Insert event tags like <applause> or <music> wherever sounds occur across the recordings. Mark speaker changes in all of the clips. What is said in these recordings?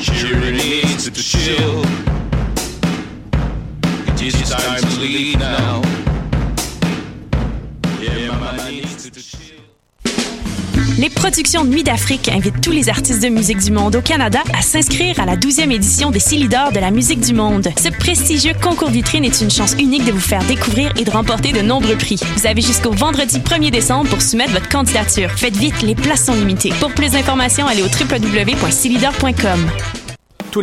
Speaker 1: She really needs to chill. It is time to leave now. Yeah, mama needs to chill.
Speaker 2: Les productions Nuit d'Afrique invitent tous les artistes de musique du monde au Canada à s'inscrire à la 12e édition des Silidors de la musique du monde. Ce prestigieux concours vitrine est une chance unique de vous faire découvrir et de remporter de nombreux prix. Vous avez jusqu'au vendredi 1er décembre pour soumettre votre candidature. Faites vite, les places sont limitées. Pour plus d'informations, allez au www.silidor.com.
Speaker 3: Tous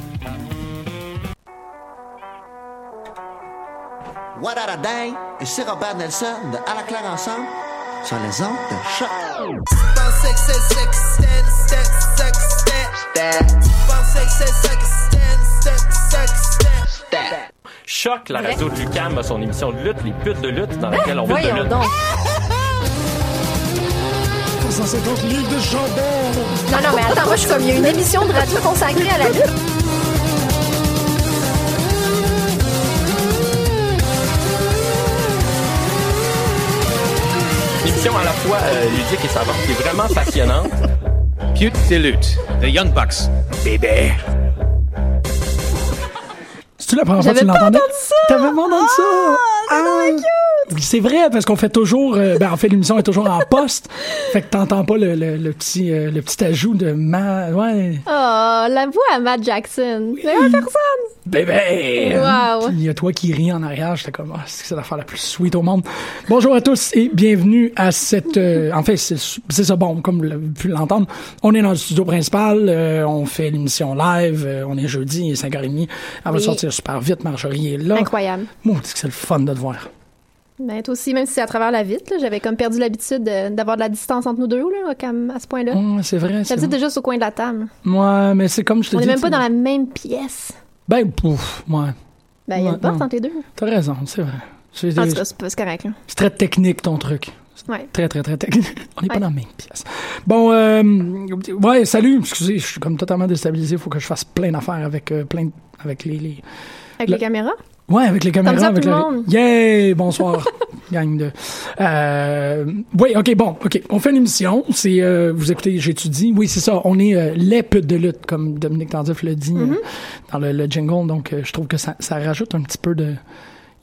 Speaker 4: What a Day et c'est Robert Nelson de À la claire ensemble sur les ondes de choc.
Speaker 5: Choc, la radio de Lucam a son émission de lutte, les putes de lutte, dans laquelle on parle de
Speaker 6: Voyons
Speaker 5: lutte.
Speaker 6: donc.
Speaker 7: 150 livres de chambon.
Speaker 6: Non, non, mais attends, moi, je suis comme, il y a une émission de radio consacrée à la lutte.
Speaker 5: Une émission à la fois euh, ludique et savante qui est vraiment passionnante.
Speaker 8: Pute de lutte, The Young Bucks. Bébé.
Speaker 7: C'est-tu la première fois que tu
Speaker 6: J'avais pas
Speaker 7: l'entendais?
Speaker 6: entendu ça!
Speaker 7: T'avais pas entendu ça? Ah! C'est vrai, parce qu'on fait toujours. euh, ben, en fait, l'émission est toujours en poste. Fait que t'entends pas le, le- le petit, euh, le petit ajout de ma. Ouais.
Speaker 6: Oh, la voix à Matt Jackson. La même personne.
Speaker 7: Bébé!
Speaker 6: Wow.
Speaker 7: Puis Il y a toi qui ris en arrière. J'étais comme, ah, c'est que c'est l'affaire la plus sweet au monde. Bonjour à tous et bienvenue à cette. euh, en fait, c'est c'est ça, bon, comme vous l'avez pu l'entendre, on est dans le studio principal, euh, on fait l'émission live, euh, on est jeudi, il est 5h30. Elle va
Speaker 6: Oui.
Speaker 7: sortir super vite, Marjorie est là.
Speaker 6: Incroyable.
Speaker 7: Maudit que c'est le fun de te voir.
Speaker 6: Ben, toi aussi, même si c'est à travers la vitre, là, j'avais comme perdu l'habitude de- d'avoir de la distance entre nous deux, là, comme à ce point-là.
Speaker 7: Hum, c'est vrai. c'est
Speaker 6: J'habite
Speaker 7: vrai.
Speaker 6: déjà au coin de la table.
Speaker 7: Ouais, mais c'est comme je te
Speaker 6: On
Speaker 7: dis.
Speaker 6: n'est même
Speaker 7: tu-
Speaker 6: pas dans la même pièce.
Speaker 7: Ben, pouf, ouais.
Speaker 6: Ben, il y a
Speaker 7: Ouais,
Speaker 6: une porte
Speaker 7: non.
Speaker 6: entre les deux.
Speaker 7: T'as raison, c'est vrai. C'est
Speaker 6: En tout cas, c'est pas- c'est correct, là.
Speaker 7: c'est très technique ton truc.
Speaker 6: Ouais.
Speaker 7: Très, très, très technique. <laughs> On n'est pas
Speaker 6: Ouais.
Speaker 7: dans la même pièce. Bon, euh, ouais, salut. Excusez, je suis comme totalement déstabilisé. Il faut que je fasse plein d'affaires avec euh, plein de- avec les, les-
Speaker 6: Avec
Speaker 7: Le-
Speaker 6: les caméras.
Speaker 7: Ouais, avec les caméras.
Speaker 6: ça,
Speaker 7: avec
Speaker 6: tout le
Speaker 7: la-
Speaker 6: monde. <laughs>
Speaker 7: Yeah! Bonsoir, gang de... Euh, oui, OK, bon, OK. On fait une émission. C'est, euh, vous écoutez, j'étudie. Oui, c'est ça. On est euh, les putes de lutte, comme Dominique Tardif le dit euh,
Speaker 6: Mm-hmm.
Speaker 7: dans le, le jingle. Donc, euh, je trouve que ça, ça rajoute un petit peu de...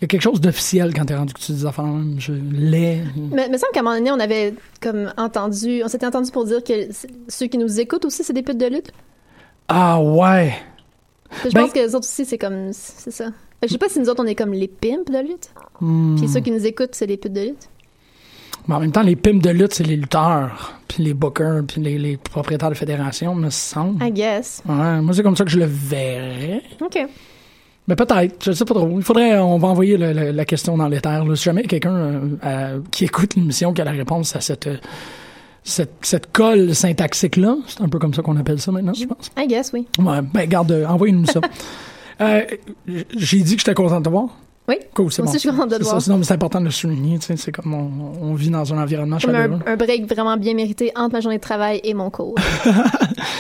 Speaker 7: Il y a quelque chose d'officiel quand t'es rendu que tu dis des affaires de même. Je l'ai...
Speaker 6: Mais il me semble qu'à un moment donné, on avait comme entendu, on s'était entendu pour dire que c- ceux qui nous écoutent aussi, c'est des putes de lutte.
Speaker 7: Ah ouais!
Speaker 6: Je
Speaker 7: Ben-
Speaker 6: pense que les autres aussi, c'est comme, c'est ça. Fait que Je sais pas si nous autres, on est comme les pimps de lutte. Puis ceux qui nous écoutent, c'est les putes de lutte.
Speaker 7: Hmm. Mais en même temps, les pimps de lutte, c'est les lutteurs, puis les bookers, puis les, les propriétaires de fédérations, me semble.
Speaker 6: I guess.
Speaker 7: Ouais, moi, c'est comme ça que je le verrais.
Speaker 6: OK.
Speaker 7: Mais Ben, peut-être, je sais pas trop. Il faudrait, euh, on va envoyer le- le- la question dans les terres. là. Si jamais quelqu'un euh, euh, qui écoute l'émission qui a la réponse à cette, euh, cette, cette colle syntaxique-là, c'est un peu comme ça qu'on appelle ça maintenant, je pense.
Speaker 6: I guess, oui.
Speaker 7: Ouais, ben garde, euh, envoyez-nous
Speaker 6: <laughs>
Speaker 7: ça. Euh, j'ai dit que j'étais content de te voir.
Speaker 6: Oui.
Speaker 7: Cool, c'est
Speaker 6: Moi
Speaker 7: bon.
Speaker 6: aussi, je suis contente de te
Speaker 7: C'est ça,
Speaker 6: voir.
Speaker 7: sinon, mais c'est important de le souligner. tu sais, C'est comme on, on vit dans un environnement
Speaker 6: Comme
Speaker 7: chaleureux.
Speaker 6: un, un break vraiment bien mérité entre ma journée de travail et mon cours.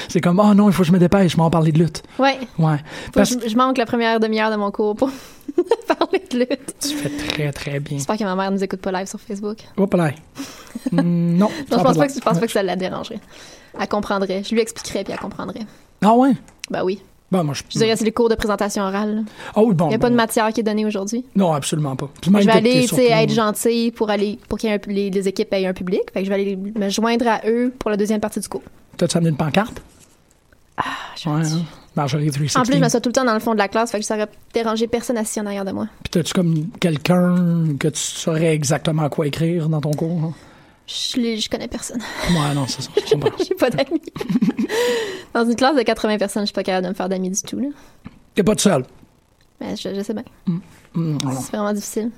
Speaker 7: C'est comme, oh non, il faut que je me dépêche, je m'en parler de lutte.
Speaker 6: Ouais.
Speaker 7: Ouais.
Speaker 6: Faut
Speaker 7: Parce
Speaker 6: que je, je manque la première demi-heure de mon cours pour <laughs> parler de lutte.
Speaker 7: que tu fais très, très bien.
Speaker 6: J'espère que ma mère nous écoute pas live sur Facebook. <laughs>
Speaker 7: Hop là. Mm, non.
Speaker 6: Non, je
Speaker 7: ça va
Speaker 6: pense
Speaker 7: pas
Speaker 6: pas,
Speaker 7: de
Speaker 6: que, je pense
Speaker 7: l'air.
Speaker 6: pas que ça la dérangerait. Elle comprendrait. Je lui expliquerais puis elle comprendrait.
Speaker 7: Ah ouais?
Speaker 6: Ben oui.
Speaker 7: Ben, moi, je.
Speaker 6: Je dirais c'est les cours de présentation orale.
Speaker 7: Ah oui, bon.
Speaker 6: Il n'y a pas de matière qui est donnée aujourd'hui.
Speaker 7: Non, absolument pas. Puis même
Speaker 6: Je vais
Speaker 7: que t'es
Speaker 6: aller tu sais,
Speaker 7: surtout-
Speaker 6: être gentille pour aller pour qu'il y ait un pu- les, les équipes aient un public. Fait que je vais aller me joindre à eux pour la deuxième partie du cours.
Speaker 7: T'as-tu amené une pancarte?
Speaker 6: Ah, je suis
Speaker 7: Ouais,
Speaker 6: gentille.
Speaker 7: hein? Marjorie 360.
Speaker 6: En plus, je m'assois tout le temps dans le fond de la classe, fait que ça aurait dérangé personne assis en arrière de moi.
Speaker 7: Puis t'as-tu comme quelqu'un que tu saurais exactement quoi écrire dans ton cours? hein?
Speaker 6: Je, les- je connais personne. <laughs>
Speaker 7: Ouais, non, c'est ça. Je comprends.
Speaker 6: J'ai pas <laughs> d'amis. dans une classe de 80 personnes, je suis pas capable de me faire d'amis du tout. Là.
Speaker 7: T'es pas tout seul.
Speaker 6: Mais je, je sais bien.
Speaker 7: Mm, non.
Speaker 6: C'est vraiment difficile.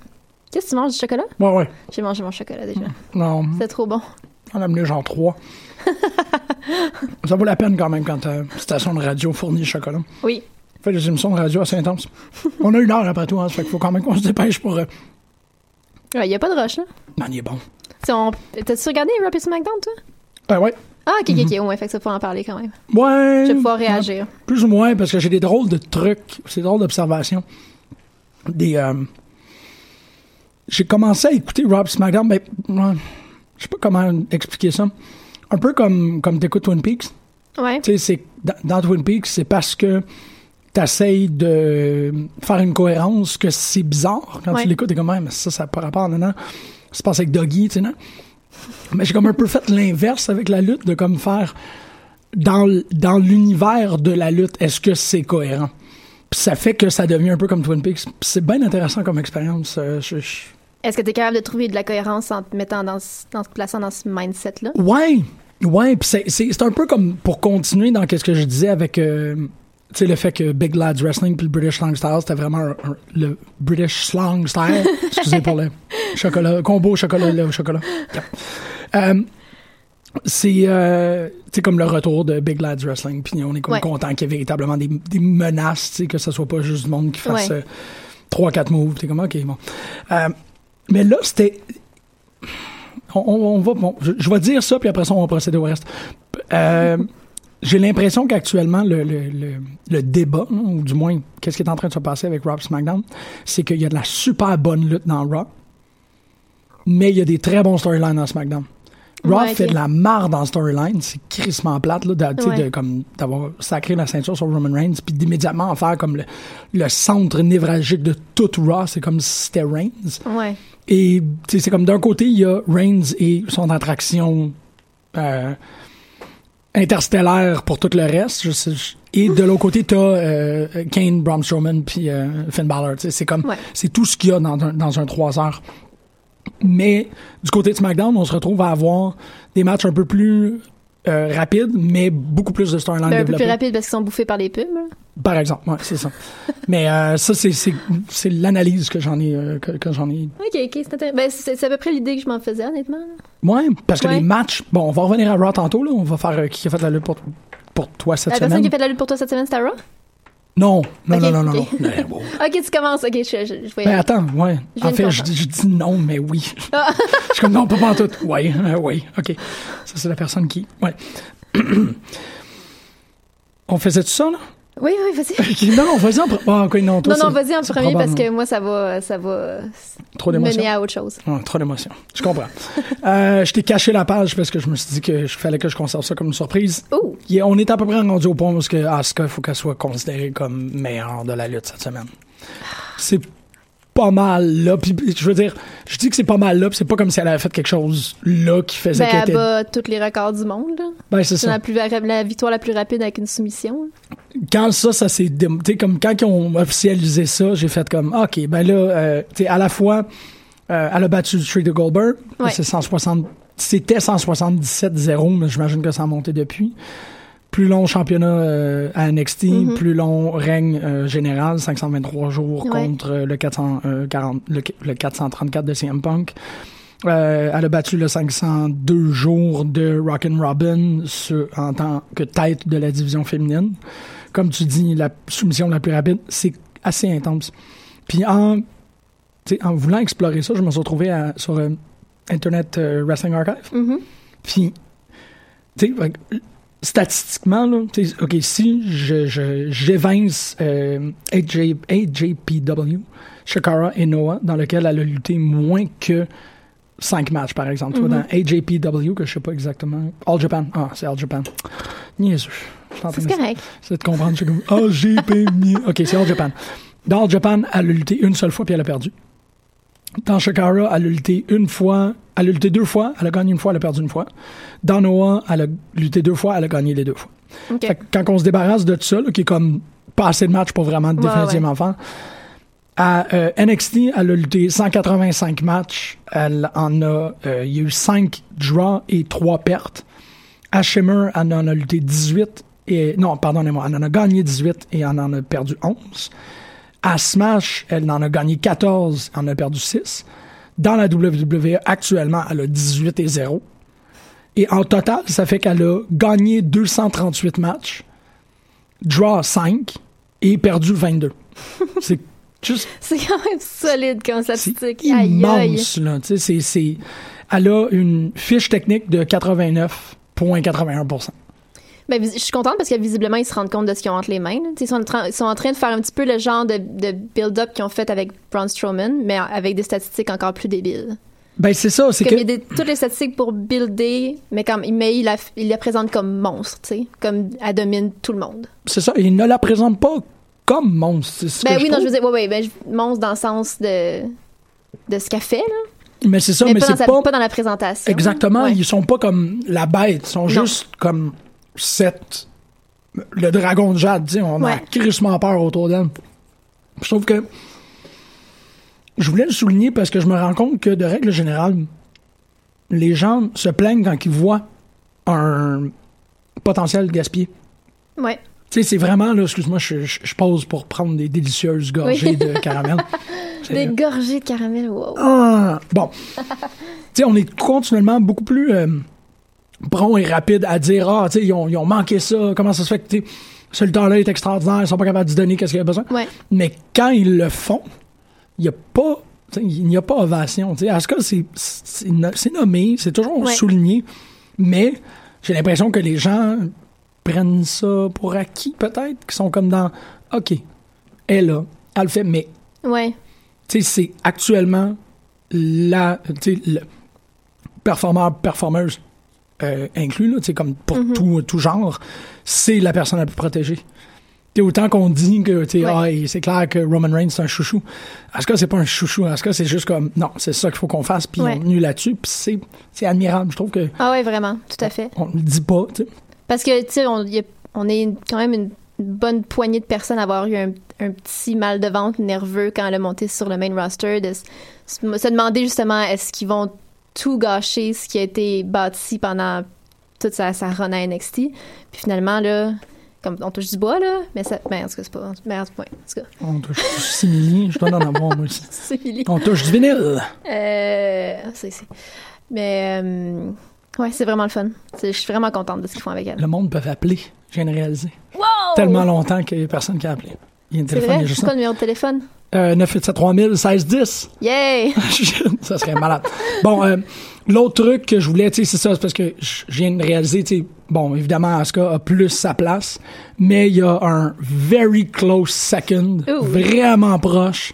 Speaker 6: Qu'est-ce que tu manges du chocolat?
Speaker 7: Ouais, ouais.
Speaker 6: J'ai mangé mon chocolat déjà.
Speaker 7: Non,
Speaker 6: C'était trop bon.
Speaker 7: on a amené
Speaker 6: <laughs>
Speaker 7: genre trois. ça vaut la peine quand même quand ta station de radio fournit le chocolat.
Speaker 6: Oui.
Speaker 7: fait des émissions de radio à Saint-Anse. On a une heure après tout, hein, ça fait qu'il faut quand même qu'on se dépêche pour. euh,
Speaker 6: Ouais, y a pas de rush, là.
Speaker 7: Non, il est bon.
Speaker 6: T'sais, on- T'as-tu regardé Rap et SmackDown, toi?
Speaker 7: Ben ouais.
Speaker 6: Ah, ok, ok, ok. Ouais, fait que ça faut en parler quand même.
Speaker 7: Ouais.
Speaker 6: Je vais pouvoir réagir.
Speaker 7: Plus ou moins, parce que j'ai des drôles de trucs, c'est drôles d'observations. Des. euh, j'ai commencé à écouter Rob SmackDown, mais. ouais, je sais pas comment expliquer ça. Un peu comme, comme t'écoutes Twin Peaks.
Speaker 6: Ouais.
Speaker 7: Tu sais, c'est- dans, dans Twin Peaks, c'est parce que t'essayes de faire une cohérence que c'est bizarre. Quand
Speaker 6: Ouais.
Speaker 7: tu l'écoutes, t'es comme, Ouais, mais ça, ça n'a pas rapport, non, non. C'est passé avec Doggy, tu sais, non? Mais j'ai comme un peu fait l'inverse avec la lutte, de comme faire dans, l- dans l'univers de la lutte, est-ce que c'est cohérent? Puis ça fait que ça devient un peu comme Twin Peaks. Puis c'est bien intéressant comme expérience. euh, je- je-
Speaker 6: Est-ce que t'es capable de trouver de la cohérence en te mettant dans, ce- en te plaçant dans ce mindset-là?
Speaker 7: Ouais, ouais, puis c'est, c'est, c'est un peu comme pour continuer dans ce que je disais avec euh, tu sais, le fait que Big Lads Wrestling puis le British Slang Style, c'était vraiment un- un- le British Slang Style. excusez pour le chocolat, combo chocolat, le chocolat. Yep. Euh, c'est euh, tu sais, comme le retour de Big Lads Wrestling, puis on est comme
Speaker 6: Ouais.
Speaker 7: content qu'il y ait véritablement des, des menaces, tu sais, que ce soit pas juste du monde qui fasse
Speaker 6: Ouais.
Speaker 7: euh, trois, quatre moves. T'es comme, OK, bon. Euh, mais là, c'était. On, on- on va. bon, je, je vais dire ça, puis après ça, on va procéder au reste.
Speaker 6: <laughs>
Speaker 7: Euh, J'ai l'impression qu'actuellement, le, le- le- le débat, hein, ou du moins, qu'est-ce qui est en train de se passer avec Rob SmackDown, c'est qu'il y a de la super bonne lutte dans Raw, mais il y a des très bons storylines dans SmackDown. Raw
Speaker 6: Ouais, ok.
Speaker 7: fait de la marde en storyline, c'est crissement plate, là, de- tu sais,
Speaker 6: Ouais.
Speaker 7: de- comme d'avoir sacré la ceinture sur Roman Reigns, puis d'immédiatement en faire comme le, le centre névralgique de toute Raw, c'est comme si c'était Reigns.
Speaker 6: Ouais.
Speaker 7: Et tu sais, c'est comme d'un côté, il y a Reigns et son attraction euh, interstellaire pour tout le reste. Je sais- je- et de l'autre côté, t'as euh, Kane, Braun Strowman puis euh, Finn Balor. Tu sais, C'est comme
Speaker 6: Ouais.
Speaker 7: c'est tout ce qu'il y a dans un, dans un 3 heures. Mais du côté de SmackDown, on se retrouve à avoir des matchs un peu plus euh, rapides, mais beaucoup plus de storyline
Speaker 6: Ben, un peu
Speaker 7: développée.
Speaker 6: plus rapide parce qu'ils sont bouffés par les pubs. là.
Speaker 7: Par exemple, ouais,
Speaker 6: <laughs>
Speaker 7: c'est ça. mais euh, ça, c'est- c'est c'est l'analyse que j'en ai euh, que, que j'en ai
Speaker 6: Ok, ok, c'est intéressant. Ben, c'est c'est à peu près l'idée que je m'en faisais, honnêtement. là.
Speaker 7: Ouais, parce que
Speaker 6: Ouais.
Speaker 7: les matchs. Bon, on va revenir à Raw tantôt, là. On va faire euh, qui a fait la lutte pour, pour toi cette
Speaker 6: La personne
Speaker 7: semaine.
Speaker 6: qui a fait de la lutte pour toi cette semaine, c'était Raw?
Speaker 7: Non, non,
Speaker 6: Ok,
Speaker 7: non, non, non,
Speaker 6: ok.
Speaker 7: non. Mais bon.
Speaker 6: Ok, tu commences. Ok, je, je, je vais.
Speaker 7: Ben, attends, ouais.
Speaker 6: Je viens
Speaker 7: En
Speaker 6: de
Speaker 7: fait, je,
Speaker 6: comprendre.
Speaker 7: je dis non, mais oui.
Speaker 6: Ah.
Speaker 7: <laughs> je suis comme non, pas pantoute. Ouais, euh, ouais, ok. Ça, c'est la personne qui. Ouais. <clears throat> on faisait tout ça, là? <laughs>
Speaker 6: Oui, oui, vas-y.
Speaker 7: Ok, Non, non, vas-y en premier. Ah, ok, non, toi,
Speaker 6: non, non,
Speaker 7: c'est-
Speaker 6: vas-y en
Speaker 7: c'est
Speaker 6: premier parce
Speaker 7: probable.
Speaker 6: que moi, ça va, ça va
Speaker 7: Trop d'émotions.
Speaker 6: mener à autre chose.
Speaker 7: Ah, trop d'émotions. Je comprends. Euh, je t'ai caché la page parce que je me suis dit que je fallait que je conserve ça comme une surprise.
Speaker 6: Oh!
Speaker 7: Il est- on est à peu près rendu au point où ce que Asuka, il faut qu'elle soit considérée comme meilleure de la lutte cette semaine. C'est pas mal là. Puis, je veux dire, je dis que c'est pas mal là, puis c'est pas comme si elle avait fait quelque chose là qui faisait
Speaker 6: Ben,
Speaker 7: qu'elle
Speaker 6: elle
Speaker 7: était.
Speaker 6: bat tous les records du monde. là.
Speaker 7: Ben, c'est
Speaker 6: C'est
Speaker 7: ça.
Speaker 6: la, plus, la victoire la plus rapide avec une soumission. là.
Speaker 7: Quand ça, ça s'est. dé- Tu sais, comme quand ils ont officialisé ça, j'ai fait comme, OK, ben là, euh, tu sais, à la fois, euh, elle a battu le Tree de Goldberg. Là,
Speaker 6: Ouais.
Speaker 7: C'est 160. C'était 177-0, mais j'imagine que ça a monté depuis. Plus long championnat euh, à NXT, plus long règne euh, général, 523 jours
Speaker 6: Ouais.
Speaker 7: contre euh, le, 440, le, le 434 de CM Punk. Euh, elle a battu le 502 jours de Rockin' Robin sur- en tant que tête de la division féminine. Comme tu dis, la soumission la plus rapide, c'est assez intense. Puis en, tu sais, en voulant explorer ça, je me suis retrouvé à- sur euh, Internet euh, Wrestling Archive. Puis, tu sais, fait que, statistiquement, là, tu sais, OK, si je- je- j'évince euh, AJ, AJPW, Shakara et Noah, dans lequel elle a lutté moins que 5 matchs, par exemple. Tu vois,
Speaker 6: Mm-hmm.
Speaker 7: dans AJPW, que je sais pas exactement. All Japan. Ah, c'est All Japan. Niaiseux. Je suis en train
Speaker 6: C'est
Speaker 7: de-
Speaker 6: correct.
Speaker 7: c'est de comprendre. C'est comme Ah, j'ai payé. OK, c'est All Japan. Dans All Japan, elle a lutté une seule fois puis elle a perdu. Dans Shakara, elle a lutté une fois. Elle a lutté deux fois. Elle a gagné une fois, elle a perdu une fois. Dans Noah, elle a lutté deux fois. Elle a gagné les deux fois.
Speaker 6: Ok.
Speaker 7: Fait que quand on se débarrasse de tout ça, là, qui est comme pas assez de matchs pour vraiment définitivement faire. À euh, NXT, elle a lutté 185 matchs. Elle en a, euh, il y a eu 5 draws et 3 pertes. À Shimmer, elle en a lutté 18 et non, pardonnez-moi, elle en a gagné 18 et elle en a perdu 11. À Smash, elle en a gagné 14, elle en a perdu 6. Dans la WWE, actuellement, elle a 18 et 0. Et en total, ça fait qu'elle a gagné 238 matchs, draw 5, et perdu
Speaker 6: <laughs>
Speaker 7: 22. c'est juste
Speaker 6: C'est quand même solide comme
Speaker 7: c'est
Speaker 6: statistique. Aïe, aïe.
Speaker 7: immense, là. Tu sais, c'est- c'est- Elle a une fiche technique de 89,81
Speaker 6: Ben, vis- je suis contente parce que visiblement, ils se rendent compte de ce qu'ils ont entre les mains. là. Tu sais, Ils sont, en train- ils sont en train de faire un petit peu le genre de, de build-up qu'ils ont fait avec Braun Strowman, mais avec des statistiques encore plus débiles.
Speaker 7: Ben, c'est ça. C'est
Speaker 6: Comme
Speaker 7: que.
Speaker 6: il y a des- toutes les statistiques pour builder, mais, comme, mais il, la, il la présente comme monstre, tu sais, comme elle domine tout le monde.
Speaker 7: C'est ça. Il ne la présente pas comme monstre. c'est ce
Speaker 6: Ben
Speaker 7: que
Speaker 6: oui, non, je
Speaker 7: trouve.
Speaker 6: veux dire, ouais, ouais, ben, je- monstre dans le sens de, de ce qu'elle fait, là,
Speaker 7: Mais c'est ça,
Speaker 6: mais,
Speaker 7: mais,
Speaker 6: pas, dans
Speaker 7: c'est
Speaker 6: sa-
Speaker 7: pas.
Speaker 6: pas dans la présentation.
Speaker 7: Exactement.
Speaker 6: Ouais.
Speaker 7: Ils sont pas comme la bête. Ils sont juste comme cette. Le dragon de jade, tu sais, on a
Speaker 6: Ouais.
Speaker 7: crissement peur autour d'elle. Puis Je trouve que. Je voulais le souligner parce que je me rends compte que, de règle générale, les gens se plaignent quand ils voient un potentiel gaspillé.
Speaker 6: Ouais.
Speaker 7: Tu sais, c'est vraiment, là, excuse-moi, je, je- je pose pour prendre des délicieuses gorgées
Speaker 6: Oui.
Speaker 7: de
Speaker 6: <laughs>
Speaker 7: caramel.
Speaker 6: Des
Speaker 7: Euh.
Speaker 6: gorgées de caramel, wow.
Speaker 7: Ah! Bon. tu sais, on est continuellement beaucoup plus euh, prompt et rapide à dire Ah, tu sais, ils ont, ils ont manqué ça, comment ça se fait que, tu sais, ce lutteur-là est extraordinaire, ils sont pas capables de se donner qu'est-ce qu'il y a besoin.
Speaker 6: Ouais.
Speaker 7: Mais quand ils le font, il n'y a pas. tu sais, Il n'y a pas ovation. tu sais. En ce cas, c'est- c'est no- c'est nommé, c'est toujours
Speaker 6: Ouais.
Speaker 7: souligné, mais j'ai l'impression que les gens prennent ça pour acquis, peut-être, qui sont comme dans OK, elle a, elle le fait, mais
Speaker 6: Ouais.
Speaker 7: tu sais, c'est actuellement la, tu sais, le performeur, performeuse euh, inclus, là, tu sais, comme pour
Speaker 6: Mhm.
Speaker 7: tout, tout genre, c'est la personne la plus protégée. Tu sais, autant qu'on dit que, tu sais,
Speaker 6: Ouais.
Speaker 7: ah, et c'est clair que Roman Reigns, c'est un chouchou. En ce cas, c'est pas un chouchou. En ce cas, c'est juste comme, non, c'est ça qu'il faut qu'on fasse, puis
Speaker 6: Ouais.
Speaker 7: on est nul là-dessus, puis c'est, c'est admirable. Je trouve que
Speaker 6: Ah ouais, vraiment, tout à fait.
Speaker 7: on le dit pas, tu sais.
Speaker 6: Parce que, tu sais, on, y a- on est une- quand même une une bonne poignée de personnes à avoir eu un, un petit mal de ventre nerveux quand elle a monté sur le main roster, de s- se, se demander justement est-ce qu'ils vont tout gâcher ce qui a été bâti pendant toute sa, sa run à NXT. Puis finalement, là, comme on touche du bois, là, mais ça. Ben, en tout cas, c'est pas. Ben, en tout cas, en tout cas, <laughs>
Speaker 7: On touche du simili, je dois en avoir, moi aussi.
Speaker 6: c'est fini.
Speaker 7: On touche du vinyle.
Speaker 6: Euh, c'est- c'est- Mais. euh, ouais, c'est vraiment le fun. C'est- Je suis vraiment contente de ce qu'ils font avec elle.
Speaker 7: Le monde peut appeler, je viens de réaliser. Tellement longtemps qu'il n'y a personne qui a appelé. Il y a un
Speaker 6: C'est
Speaker 7: téléphone, il y
Speaker 6: vrai?
Speaker 7: a
Speaker 6: C'est
Speaker 7: juste
Speaker 6: quoi
Speaker 7: ça.
Speaker 6: le numéro de téléphone?
Speaker 7: Euh, 987 3000, 16 10.
Speaker 6: Yay!
Speaker 7: <laughs> ça serait malade. Bon, euh, l'autre truc que je voulais, tu sais, c'est ça, c'est parce que je je viens de réaliser, tu sais, bon, évidemment, Asuka a plus sa place, mais il y a un very close second,
Speaker 6: Ouh.
Speaker 7: vraiment proche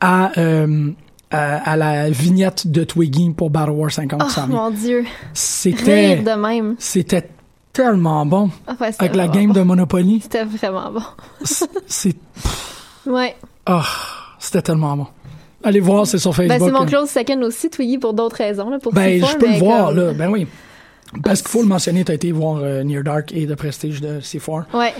Speaker 7: à, euh, à, à la vignette de Twiggy pour Battle War 50.
Speaker 6: Oh
Speaker 7: ça vient.
Speaker 6: mon dieu,
Speaker 7: C'était,
Speaker 6: rire de même.
Speaker 7: c'était tellement bon.
Speaker 6: Ah, ouais, c'était
Speaker 7: Avec la
Speaker 6: vraiment
Speaker 7: game
Speaker 6: bon.
Speaker 7: de
Speaker 6: <laughs>
Speaker 7: Monopoly,
Speaker 6: C'était vraiment bon.
Speaker 7: c'est- c'est,
Speaker 6: Ouais.
Speaker 7: ah, c'était tellement bon. Allez voir, c'est sur Facebook.
Speaker 6: Ben, c'est mon
Speaker 7: euh,
Speaker 6: close second aussi, Twiggy, pour d'autres raisons. Là, pour
Speaker 7: Ben,
Speaker 6: FIFA,
Speaker 7: je peux le
Speaker 6: mais
Speaker 7: voir,
Speaker 6: comme-
Speaker 7: là. Ben oui. Parce qu'il faut le mentionner, t'as été voir euh, Near Dark et The Prestige de C4.
Speaker 6: Ouais.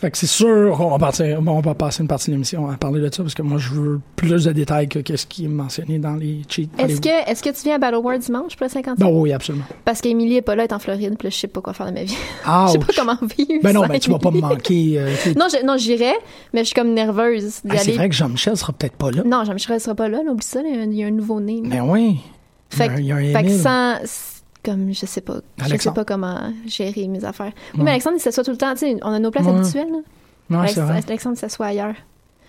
Speaker 7: Fait que c'est sûr qu'on va, partir- bon, on va passer une partie de l'émission à parler de ça, parce que moi, je veux plus de détails que quest ce qui est mentionné dans les cheats.
Speaker 6: Est-ce que, est que tu viens à Battle War dimanche pour le 50
Speaker 7: Ben oui, absolument.
Speaker 6: Parce qu'Emilie est pas là, elle est en Floride, puis là, je sais pas quoi faire de ma vie. <laughs> je sais pas
Speaker 7: Ah, Ouch.
Speaker 6: comment vivre.
Speaker 7: Ben non,
Speaker 6: sans
Speaker 7: ben tu vas pas me
Speaker 6: Émilie.
Speaker 7: manquer. euh, tu-
Speaker 6: <laughs> Non, je- non, j'irai, mais je suis comme nerveuse d'y
Speaker 7: Ah, c'est
Speaker 6: aller.
Speaker 7: vrai que Jean-Michel sera peut-être pas là.
Speaker 6: Non, Jean-Michel sera pas là, là, oublie ça, là, il y a un- il y a un nouveau-né. là.
Speaker 7: Ben oui.
Speaker 6: Fait
Speaker 7: il y a
Speaker 6: fait
Speaker 7: un
Speaker 6: que
Speaker 7: Émile.
Speaker 6: sans. c'est Comme, je sais pas. Je sais
Speaker 7: Alexandre.
Speaker 6: pas comment gérer mes affaires. Oui, mais Alexandre, il s'assoit tout le temps. Tu sais, on a nos places
Speaker 7: Ouais.
Speaker 6: habituelles, là.
Speaker 7: Non,
Speaker 6: Alex-
Speaker 7: c'est vrai. Hmm.
Speaker 6: Alexandre s'assoit ailleurs.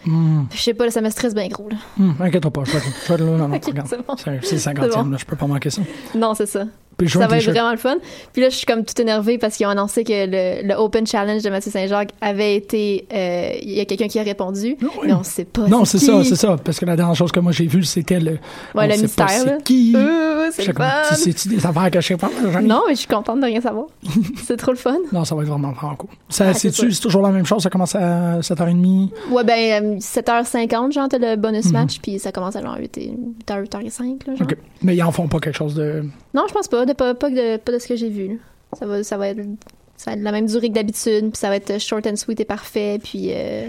Speaker 6: Je sais pas, là, ça me stresse bien gros. Là.
Speaker 7: Hum, inquiète-toi pas, je vais être je vais être là. Non,
Speaker 6: <laughs>
Speaker 7: non,
Speaker 6: Ok,
Speaker 7: regarde.
Speaker 6: c'est bon.
Speaker 7: C'est c'est le 50e,
Speaker 6: C'est bon.
Speaker 7: là, je peux pas manquer ça.
Speaker 6: Non, c'est ça.
Speaker 7: Puis je veux
Speaker 6: Ça
Speaker 7: un
Speaker 6: va être
Speaker 7: t-shirt.
Speaker 6: vraiment le fun. Puis là, je suis comme toute énervée parce qu'ils ont annoncé que le, le Open Challenge de Mathieu Saint-Jacques avait été. euh, Il y a quelqu'un qui a répondu.
Speaker 7: Ouais.
Speaker 6: Mais on sait pas.
Speaker 7: Ah Non, c'est ça,
Speaker 6: qui.
Speaker 7: c'est ça. Parce que la dernière chose que moi j'ai vue, c'était le. on
Speaker 6: Ouais, le
Speaker 7: sait pas
Speaker 6: mystère, là.
Speaker 7: C'est qui?
Speaker 6: Euh, c'est
Speaker 7: J'étais
Speaker 6: le
Speaker 7: comme,
Speaker 6: fun.
Speaker 7: tu- C'est-tu des affaires que je sais pas? j'en ai-
Speaker 6: Non, mais je suis contente de rien
Speaker 7: <laughs>
Speaker 6: savoir. c'est trop le fun.
Speaker 7: Non, ça va être vraiment vraiment cool. Ça,
Speaker 6: Ah, c'est
Speaker 7: c'est-tu,
Speaker 6: ça.
Speaker 7: c'est toujours la même chose, ça commence à 7h30.
Speaker 6: Ouais, ben, euh, 7h50, genre, t'as le bonus match, puis ça commence à genre 8h, 8h05, là, genre.
Speaker 7: Mhm. OK. Mais ils en font pas quelque chose de.
Speaker 6: Non, je pense pas. De, pas, pas de, pas de ce que j'ai vu. là. Ça va, ça, va être, ça va être la même durée que d'habitude, puis ça va être short and sweet et parfait, puis. euh,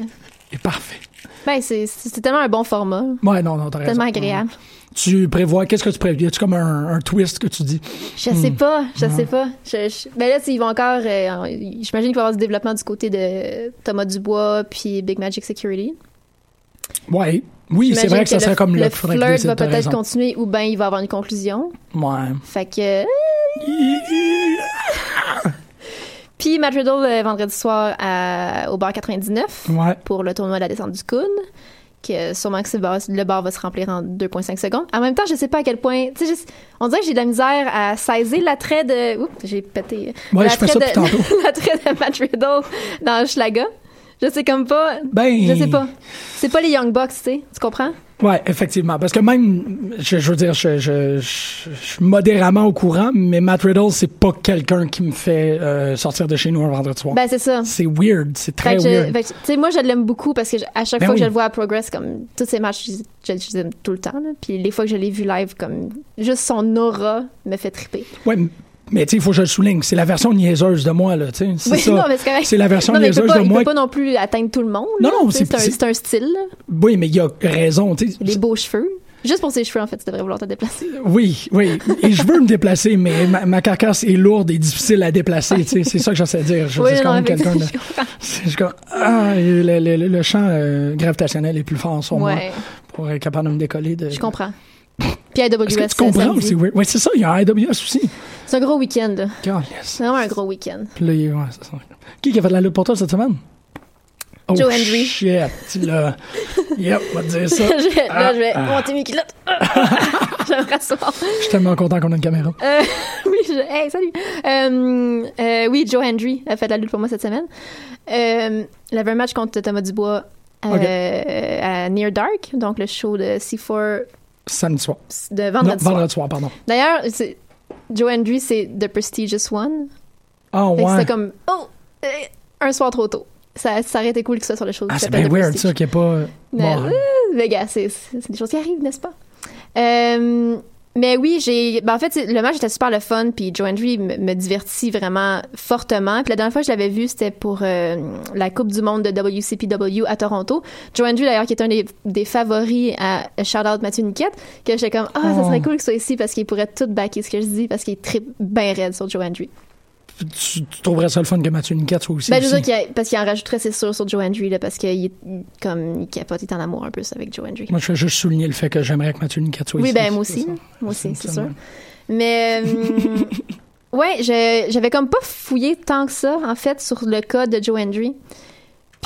Speaker 7: Et parfait.
Speaker 6: Ben, c'est c'est- c'est tellement un bon format.
Speaker 7: Ouais, Mhm. non, non, t'as raison. Mm.
Speaker 6: Tellement agréable.
Speaker 7: Tu prévois, qu'est-ce que tu prévois? Y a-tu comme un, un twist que tu dis?
Speaker 6: Je sais pas, je sais pas. Je, je- Ben là, ils vont encore. euh, J'imagine qu'il va y avoir du développement du côté de Thomas Dubois puis Big Magic Security.
Speaker 7: Ouais. Oui,
Speaker 6: J'imagine
Speaker 7: c'est vrai que ça
Speaker 6: le-
Speaker 7: serait comme le,
Speaker 6: le
Speaker 7: faudrait que
Speaker 6: flirt
Speaker 7: tu
Speaker 6: va
Speaker 7: t'as
Speaker 6: peut-être
Speaker 7: raison.
Speaker 6: continuer ou ben il va avoir une conclusion.
Speaker 7: Ouais.
Speaker 6: Fait que. Puis Puis Matt Riddle euh, vendredi soir à- au bar 99
Speaker 7: Ouais.
Speaker 6: pour le tournoi de la descente du coude. Que sûrement que ce bar- le bar va se remplir en 2,5 secondes. En même temps, je sais pas à quel point. Tu sais, je- on dirait que j'ai de la misère à saisir l'attrait de. Oups, j'ai pété.
Speaker 7: Ouais, je
Speaker 6: L'attrait
Speaker 7: fais ça
Speaker 6: de-
Speaker 7: depuis
Speaker 6: <laughs>
Speaker 7: tantôt.
Speaker 6: L'attrait de Matt Riddle dans Schlaga. Je sais comme pas.
Speaker 7: Ben-
Speaker 6: Je sais pas. C'est pas les Young Bucks, tu sais. Tu comprends?
Speaker 7: Ouais, effectivement. Parce que même, je, je veux dire, je, je, je- je suis modérément au courant, mais Matt Riddle, c'est pas quelqu'un qui me fait euh, sortir de chez nous un vendredi soir.
Speaker 6: Ben, c'est ça.
Speaker 7: c'est weird, c'est très
Speaker 6: Fait que je-
Speaker 7: weird.
Speaker 6: fait que, tu sais, moi, je l'aime beaucoup parce que je- à chaque
Speaker 7: Ben
Speaker 6: fois
Speaker 7: oui.
Speaker 6: que je le vois à Progress, comme tous ces matchs, je, je- je les aime tout le temps. là. Puis les fois que je l'ai vu live, comme juste son aura me fait triper.
Speaker 7: Ouais, m- mais tu sais, il faut que je le souligne, c'est la version niaiseuse de moi, là, tu sais. C'est
Speaker 6: Oui, <laughs>
Speaker 7: ça.
Speaker 6: non, mais c'est correct.
Speaker 7: la version
Speaker 6: Non, mais il peut
Speaker 7: niaiseuse
Speaker 6: pas,
Speaker 7: de
Speaker 6: il
Speaker 7: moi.
Speaker 6: peut pas non plus atteindre tout le monde. là.
Speaker 7: Non, non,
Speaker 6: Tu sais,
Speaker 7: c'est-
Speaker 6: c'est un-
Speaker 7: c'est-
Speaker 6: c'est un, style. là.
Speaker 7: Oui, mais il a raison, tu sais.
Speaker 6: Les beaux cheveux. Juste pour ses cheveux, en fait, tu devrais vouloir te déplacer.
Speaker 7: Oui, oui. Et je veux me déplacer, mais ma, ma carcasse est lourde et difficile à déplacer, tu sais. C'est ça que j'essaie de dire. Je
Speaker 6: Oui,
Speaker 7: c'est quand
Speaker 6: non,
Speaker 7: même quelqu'un
Speaker 6: <laughs>
Speaker 7: de-
Speaker 6: effectivement, je comprends.
Speaker 7: C'est- Je suis comme, ah, le, le- le- le champ euh, gravitationnel est plus fort sur moi
Speaker 6: Ouais.
Speaker 7: pour être capable de me décoller. De...
Speaker 6: Je comprends. Puis AWS,
Speaker 7: Est-ce que tu
Speaker 6: c'est
Speaker 7: comprends?
Speaker 6: samedi.
Speaker 7: C'est weird. Ouais, c'est ça, il y a un AWS aussi.
Speaker 6: C'est un gros week-end. là.
Speaker 7: God, yes.
Speaker 6: C'est vraiment un gros week-end.
Speaker 7: Puis là, il- ouais, c'est ça. Qui qui a fait de la lutte pour toi cette semaine? Oh,
Speaker 6: Joe Hendry.
Speaker 7: Shit, tu
Speaker 6: <laughs>
Speaker 7: l'as. yep, on va te dire ça.
Speaker 6: Je vais-
Speaker 7: Ah,
Speaker 6: là, je vais monter mes culottes. <laughs> je vais me rasseoir.
Speaker 7: Je suis tellement content qu'on a une caméra.
Speaker 6: Euh, <laughs> oui, je... hey, salut. Euh, euh, oui, Joe Hendry a fait la lutte pour moi cette semaine. Euh, il avait un match contre Thomas Dubois euh,
Speaker 7: Ok.
Speaker 6: à Near Dark, donc le show de C4
Speaker 7: Samedi soir.
Speaker 6: de vendredi.
Speaker 7: non,
Speaker 6: soir.
Speaker 7: vendredi soir, pardon.
Speaker 6: D'ailleurs, c'est- Joe Hendry, c'est The Prestigious One.
Speaker 7: Ah,
Speaker 6: Fait que
Speaker 7: ouais.
Speaker 6: c'était comme, oh, euh, un soir trop tôt. Ça, ça aurait été cool que ce soit sur le show.
Speaker 7: Ah,
Speaker 6: qui
Speaker 7: c'est
Speaker 6: s'appelle
Speaker 7: bien
Speaker 6: The
Speaker 7: weird,
Speaker 6: Prestige.
Speaker 7: ça, qu'il n'y ait pas.
Speaker 6: Mais,
Speaker 7: Bon,
Speaker 6: euh, mais gars, c'est c'est- c'est des choses qui arrivent, n'est-ce pas? Euh, mais oui, j'ai. ben, en fait, c'est- le match était super le fun, puis Joe Hendry me, me divertit vraiment fortement. Puis la dernière fois que je l'avais vu, c'était pour euh, la Coupe du Monde de WCPW à Toronto. Joe Hendry, d'ailleurs, qui est un des, des favoris à Shout Out Mathieu Niquette, que j'étais comme, ah, ça serait
Speaker 7: Oh.
Speaker 6: cool qu'il soit ici parce qu'il pourrait tout backer ce que je dis, parce qu'il tripe bien raide sur Joe Hendry.
Speaker 7: tu, tu trouverais ça le fun que Mathieu Niquette soit aussi.
Speaker 6: Ben, je veux
Speaker 7: ici.
Speaker 6: dire qu'il y a- parce qu'il en rajouterait, c'est sûr, sur Joe Hendry, là, parce qu'il est comme, il capote, il est en amour un peu ça, avec Joe Hendry.
Speaker 7: Moi, je vais juste souligner le fait que j'aimerais que Mathieu Niquette soit
Speaker 6: Oui,
Speaker 7: ici.
Speaker 6: ben moi
Speaker 7: c'est
Speaker 6: aussi.
Speaker 7: ça.
Speaker 6: Moi aussi, c'est sûr.
Speaker 7: Absolument.
Speaker 6: Mais
Speaker 7: <laughs>
Speaker 6: euh, ouais, je- j'avais comme pas fouillé tant que ça, en fait, sur le cas de Joe Hendry.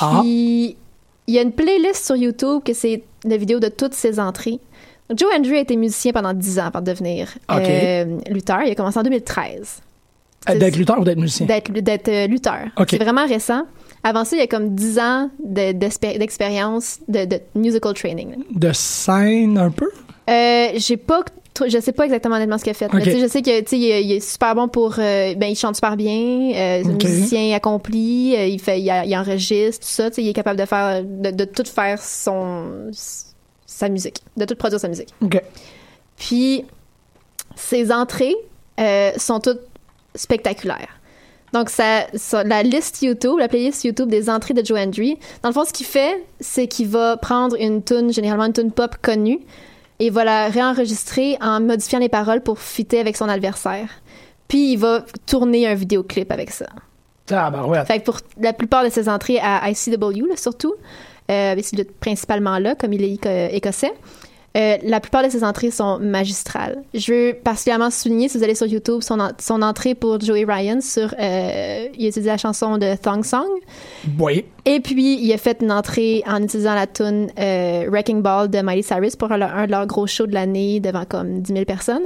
Speaker 7: Ah.
Speaker 6: Puis il y a une playlist sur YouTube que c'est la vidéo de toutes ses entrées. Joe Hendry a été musicien pendant 10 ans avant de devenir
Speaker 7: Ok.
Speaker 6: euh, lutteur. Il a commencé en 2013
Speaker 7: Euh, D'être lutteur ou d'être musicien?
Speaker 6: d'être d'être, euh, lutteur.
Speaker 7: Ok.
Speaker 6: C'est vraiment récent. Avant ça, il y a comme 10 ans de- d'expé- d'expérience de, de musical training. là.
Speaker 7: De scène, un peu?
Speaker 6: Euh, j'ai pas tr- je sais pas exactement honnêtement ce qu'il a fait mais
Speaker 7: Ok.
Speaker 6: tu sais, je sais que tu sais, il, est- il est super bon pour euh, ben il chante super bien euh, c'est un
Speaker 7: Ok.
Speaker 6: musicien accompli euh, il fait il, a- il enregistre tout ça tu sais, il est capable de faire de, de tout faire son sa musique de tout produire sa musique
Speaker 7: OK.
Speaker 6: puis ses entrées euh, sont toutes spectaculaires. Donc ça, ça- la liste YouTube, la playlist YouTube des entrées de Joe Hendry. Dans le fond, ce qu'il fait, c'est qu'il va prendre une tune, généralement une tune pop connue, et va la réenregistrer en modifiant les paroles pour fitter avec son adversaire. Puis il va tourner un vidéoclip avec ça.
Speaker 7: Ah, ben ouais.
Speaker 6: Fait que pour la plupart de ses entrées à ICW, là, surtout, euh, mais c'est principalement là, comme il est éco- écossais, euh, la plupart de ses entrées sont magistrales. Je veux particulièrement souligner, si vous allez sur YouTube, son, en- son entrée pour Joey Ryan sur... euh, il a utilisé la chanson de Thong Song.
Speaker 7: Oui.
Speaker 6: Et puis, il a fait une entrée en utilisant la tune euh, Wrecking Ball de Miley Cyrus pour leur- un de leurs gros shows de l'année devant comme 10 000 personnes.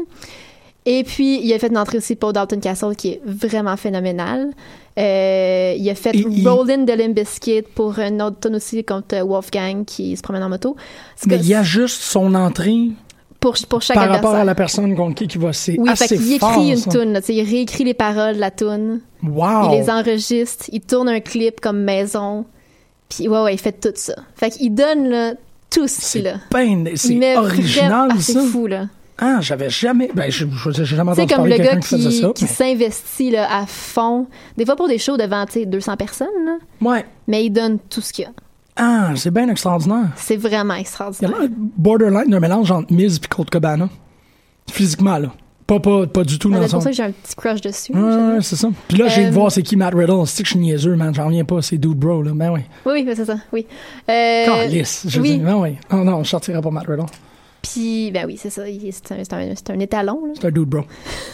Speaker 6: Et puis, il a fait une entrée aussi pour Dalton Castle qui est vraiment phénoménale. Euh, il a fait
Speaker 7: Et il-
Speaker 6: Rollin' de Limp Bizkit pour une autre tune aussi contre Wolfgang qui se promène en moto. C'est
Speaker 7: Mais
Speaker 6: que
Speaker 7: il y a juste son entrée
Speaker 6: pour, pour chaque
Speaker 7: par
Speaker 6: adversaire.
Speaker 7: rapport à la personne contre qui qui va. C'est
Speaker 6: oui,
Speaker 7: assez
Speaker 6: fait qu'il écrit
Speaker 7: fort,
Speaker 6: une
Speaker 7: ça.
Speaker 6: tune, là, tu sais, il réécrit les paroles de la tune.
Speaker 7: Wow!
Speaker 6: Il les enregistre, il tourne un clip comme maison. Puis ouais, ouais, il fait tout ça. Fait qu'il donne là, tout ce
Speaker 7: C'est
Speaker 6: qu'il a.
Speaker 7: peine,
Speaker 6: Il
Speaker 7: c'est
Speaker 6: met
Speaker 7: original,
Speaker 6: vraiment- ah,
Speaker 7: ça.
Speaker 6: C'est fou, là.
Speaker 7: Ah, j'avais jamais. Ben, je, je, j'ai jamais
Speaker 6: C'est
Speaker 7: entendu
Speaker 6: comme le
Speaker 7: parler de quelqu'un
Speaker 6: gars
Speaker 7: qui faisait
Speaker 6: qui,
Speaker 7: ça.
Speaker 6: qui s'investit là, à fond. Des fois pour des shows devant tu sais, 200 personnes, là,
Speaker 7: mais- Ouais.
Speaker 6: mais il donne tout ce qu'il y a.
Speaker 7: Ah, c'est bien extraordinaire.
Speaker 6: C'est vraiment
Speaker 7: Il y
Speaker 6: extraordinaire.
Speaker 7: a l'air borderline d'un mélange entre Miz et Colt Cabana. Physiquement, là. Pas, pas, pas du tout
Speaker 6: Ah,
Speaker 7: dans
Speaker 6: C'est
Speaker 7: son.
Speaker 6: pour ça que j'ai un petit crush dessus.
Speaker 7: Ouais,
Speaker 6: j'avoue.
Speaker 7: ouais, c'est ça. Puis là, j'ai
Speaker 6: Euh,
Speaker 7: de voir c'est qui Matt Riddle. C'est que je suis niaiseux, man. J'en reviens pas. C'est Dude Bro, là. Ben oui.
Speaker 6: Oui, oui, c'est ça. Oui. Euh,
Speaker 7: Calice. Je
Speaker 6: oui.
Speaker 7: dis, ben oui. Non, non, je sortirai pas Matt Riddle.
Speaker 6: Puis Puis, ben oui, c'est ça. il- C'est un, c'est un- c'est un étalon, là.
Speaker 7: C'est un dude, bro.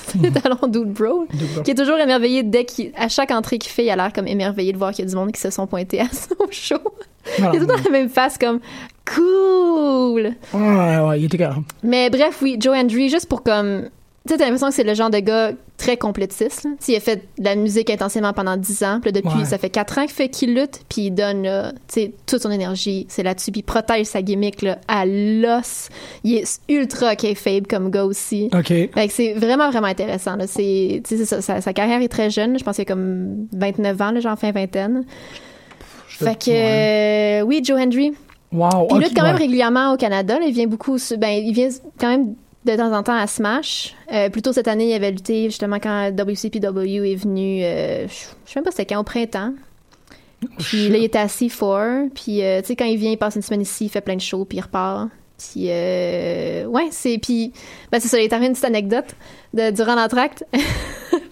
Speaker 6: C'est un étalon dude bro.
Speaker 7: Dude Mhm. bro.
Speaker 6: Qui est toujours émerveillé dès qu'il. À chaque entrée qu'il fait, il a l'air comme émerveillé de voir qu'il y a du monde qui se sont pointés à son <laughs> show.
Speaker 7: Ah.
Speaker 6: il est tout dans la même face, comme cool.
Speaker 7: Ouais, ouais, il était carré.
Speaker 6: Mais bref, oui, Joe Andrew, juste pour comme. Tu sais, t'as l'impression que c'est le genre de gars très complétiste. là. Tu sais, Il a fait de la musique intensément pendant 10 ans. Puis là, depuis,
Speaker 7: Ouais.
Speaker 6: ça fait 4 ans qu'il fait qu'il lutte. Puis il donne là, tu sais, toute son énergie. C'est là-dessus. Puis il protège sa gimmick là, à l'os. Il est ultra kayfabe comme gars aussi.
Speaker 7: OK.
Speaker 6: Fait que c'est vraiment, vraiment intéressant. Là. C'est, tu sais, c'est ça, sa, sa carrière est très jeune. Je pense qu'il a comme 29 ans, là, genre fin vingtaine.
Speaker 7: te-
Speaker 6: Fait que, euh, oui, Joe Hendry.
Speaker 7: Wow.
Speaker 6: Puis il
Speaker 7: ok,
Speaker 6: lutte quand même
Speaker 7: ouais.
Speaker 6: régulièrement au Canada. là. Il vient beaucoup. sur- ben, il vient quand même de temps en temps à Smash. Euh, plus tôt cette année, il avait lutté justement quand WCPW est venu. euh, je je sais même pas c'était quand, au printemps. Puis là, il était à C4. Puis euh, tu sais, quand il vient, il passe une semaine ici, il fait plein de shows, puis il repart. Puis, euh, ouais, c'est. Puis, ben, c'est ça, il est arrivé une petite anecdote de, durant l'entracte. <laughs>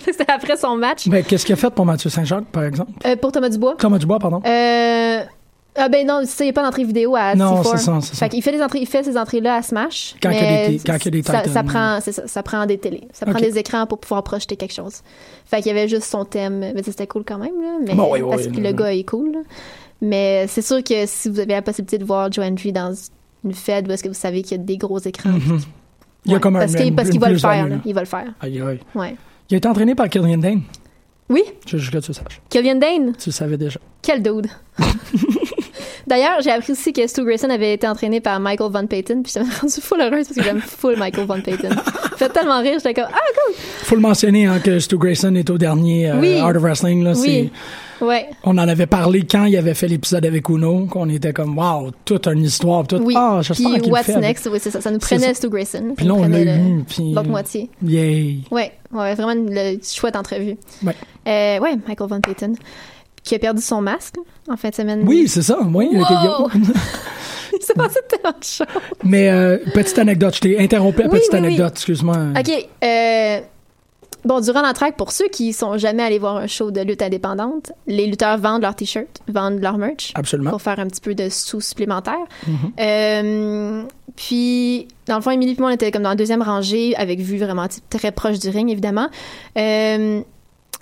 Speaker 6: c'était après son match.
Speaker 7: Ben, qu'est-ce qu'il a fait pour Mathieu Saint-Jacques, par exemple?
Speaker 6: Euh, pour Thomas Dubois.
Speaker 7: Thomas Dubois, pardon.
Speaker 6: Euh, ah ben non, ça, il n'y a pas d'entrée vidéo à
Speaker 7: Non,
Speaker 6: C4.
Speaker 7: c'est ça, c'est ça.
Speaker 6: Fait qu'il fait, les entrées, il fait ses entrées-là à Smash.
Speaker 7: Quand
Speaker 6: mais
Speaker 7: il y a des t- quand il y a des
Speaker 6: ça,
Speaker 7: titans.
Speaker 6: ça prend, c'est ça, ça prend des télés. Ça prend
Speaker 7: Ok.
Speaker 6: des écrans pour pouvoir projeter quelque chose. Fait qu'il y avait juste son thème. Mais c'était cool quand même, là. Mais
Speaker 7: Bon, ouais, ouais,
Speaker 6: parce
Speaker 7: ouais,
Speaker 6: que
Speaker 7: non,
Speaker 6: le
Speaker 7: non.
Speaker 6: gars est cool. là. Mais c'est sûr que si vous avez la possibilité de voir Joe Andrew dans une Fed où est-ce que vous savez qu'il y a des gros écrans.
Speaker 7: Mm-hmm. Il y a
Speaker 6: Ouais,
Speaker 7: comme un-
Speaker 6: parce
Speaker 7: une-
Speaker 6: qu'il parce qu'il
Speaker 7: une
Speaker 6: va le
Speaker 7: plus-value,
Speaker 6: faire,
Speaker 7: là.
Speaker 6: là. Il va le faire.
Speaker 7: Aïe, aïe.
Speaker 6: Ouais.
Speaker 7: Il a été entraîné par Killian Dane.
Speaker 6: Oui,
Speaker 7: Je juste que tu le saches.
Speaker 6: Killian Dane.
Speaker 7: Tu le savais déjà.
Speaker 6: Quel
Speaker 7: <laughs>
Speaker 6: dude! D'ailleurs, j'ai appris aussi que Stu Grayson avait été entraîné par Michael Van Payton, puis j'étais <laughs> rendue full heureuse parce que j'aime full Michael Van Payton. Ça fait tellement rire, j'étais comme Ah,
Speaker 7: Faut le mentionner hein, que Stu Grayson est au dernier euh,
Speaker 6: Oui.
Speaker 7: Art of Wrestling. Là,
Speaker 6: oui!
Speaker 7: C'est-
Speaker 6: Ouais.
Speaker 7: On en avait parlé quand il avait fait l'épisode avec Uno, qu'on était comme, wow, toute une histoire. Tout...
Speaker 6: Oui.
Speaker 7: Ah,
Speaker 6: puis
Speaker 7: j'espère qu'il le
Speaker 6: What's
Speaker 7: fait. avec-
Speaker 6: Next, oui, c'est ça. Ça nous
Speaker 7: C'est
Speaker 6: prenait
Speaker 7: ça.
Speaker 6: Stu Grayson.
Speaker 7: Puis
Speaker 6: ça
Speaker 7: là,
Speaker 6: nous
Speaker 7: on l'a
Speaker 6: prenait le-
Speaker 7: eu. Puis...
Speaker 6: l'autre moitié.
Speaker 7: Yay.
Speaker 6: Ouais, ouais, vraiment une le- chouette entrevue.
Speaker 7: Ouais.
Speaker 6: Euh, ouais, Michael Van Payton, qui a perdu son masque en fin de semaine.
Speaker 7: Oui, c'est ça. Oui, il a été-
Speaker 6: Mm. Wow! <laughs> il s'est passé tellement de choses.
Speaker 7: <laughs> Mais euh, petite anecdote, je t'ai interrompu.
Speaker 6: Oui,
Speaker 7: petite
Speaker 6: oui, oui.
Speaker 7: anecdote, excuse-moi.
Speaker 6: OK. euh, bon, durant l'entraque, pour ceux qui sont jamais allés voir un show de lutte indépendante, les lutteurs vendent leurs t-shirts, vendent leur merch
Speaker 7: Absolument. Mm-hmm.
Speaker 6: pour faire un petit peu de sous supplémentaires. Euh, puis, dans le fond, Émilie et moi, on était comme dans la deuxième rangée, avec vue vraiment tu sais, très proche du ring, évidemment. Euh,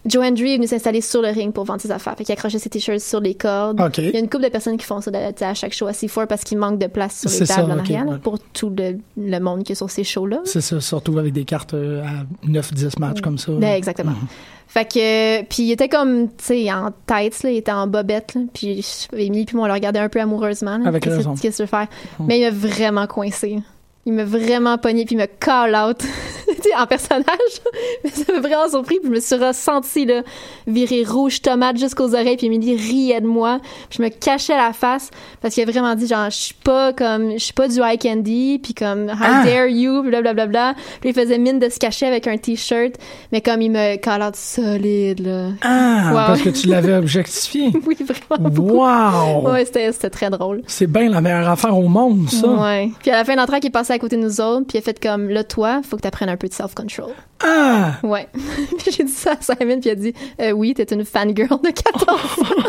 Speaker 6: Joe Andrew est venu s'installer sur le ring pour vendre ses affaires. Fait qu'il accrochait ses t-shirts sur les cordes.
Speaker 7: OK.
Speaker 6: Il y a une couple de personnes qui font ça de- tu sais, à chaque show à C4 parce qu'il manque de place sur les
Speaker 7: C'est ça,
Speaker 6: tables en
Speaker 7: ok,
Speaker 6: arrière là,
Speaker 7: ouais.
Speaker 6: pour tout le, le monde qui est sur ces shows-là.
Speaker 7: C'est ça, surtout avec des cartes euh, à 9-10 matchs comme ça.
Speaker 6: Ben, exactement. Fait que, puis il était comme, tu sais, en tête, là, il était en bobette, là, puis je- Émilie puis moi, on le regardait un peu amoureusement. là.
Speaker 7: Avec
Speaker 6: Qu'est-ce que-
Speaker 7: raison. Hum.
Speaker 6: Qu'est-ce que tu veux faire? Mais il m'a vraiment coincé. Il m'a vraiment pogné, puis il me call out, <laughs> tu sais, en personnage. <laughs> Mais ça m'a vraiment surpris, puis je me suis ressentie, là, virer rouge tomate jusqu'aux oreilles, puis Émilie riait de moi. Puis je me cachais la face, parce qu'il a vraiment dit, genre, je suis pas comme, je suis pas du high candy, puis comme, how
Speaker 7: Ah!
Speaker 6: dare you, blablabla. Bla, bla. Puis il faisait mine de se cacher avec un t-shirt, mais comme il me call out solide, là. <laughs>
Speaker 7: Ah,
Speaker 6: Wow.
Speaker 7: parce que tu
Speaker 6: <laughs>
Speaker 7: l'avais objectifié.
Speaker 6: Oui, vraiment. beaucoup.
Speaker 7: wow!
Speaker 6: Ouais, c'était c'était très drôle.
Speaker 7: C'est bien la meilleure affaire au monde, ça.
Speaker 6: Ouais. Puis à la fin de l'entraque, il est passé à côté de nous autres, puis il a fait comme là, toi, faut que tu apprennes un peu de self-control.
Speaker 7: Ah!
Speaker 6: Ouais. <laughs> Puis j'ai dit ça à Simon, puis il a dit Euh, Oui, t'es une fangirl de 14
Speaker 7: <laughs>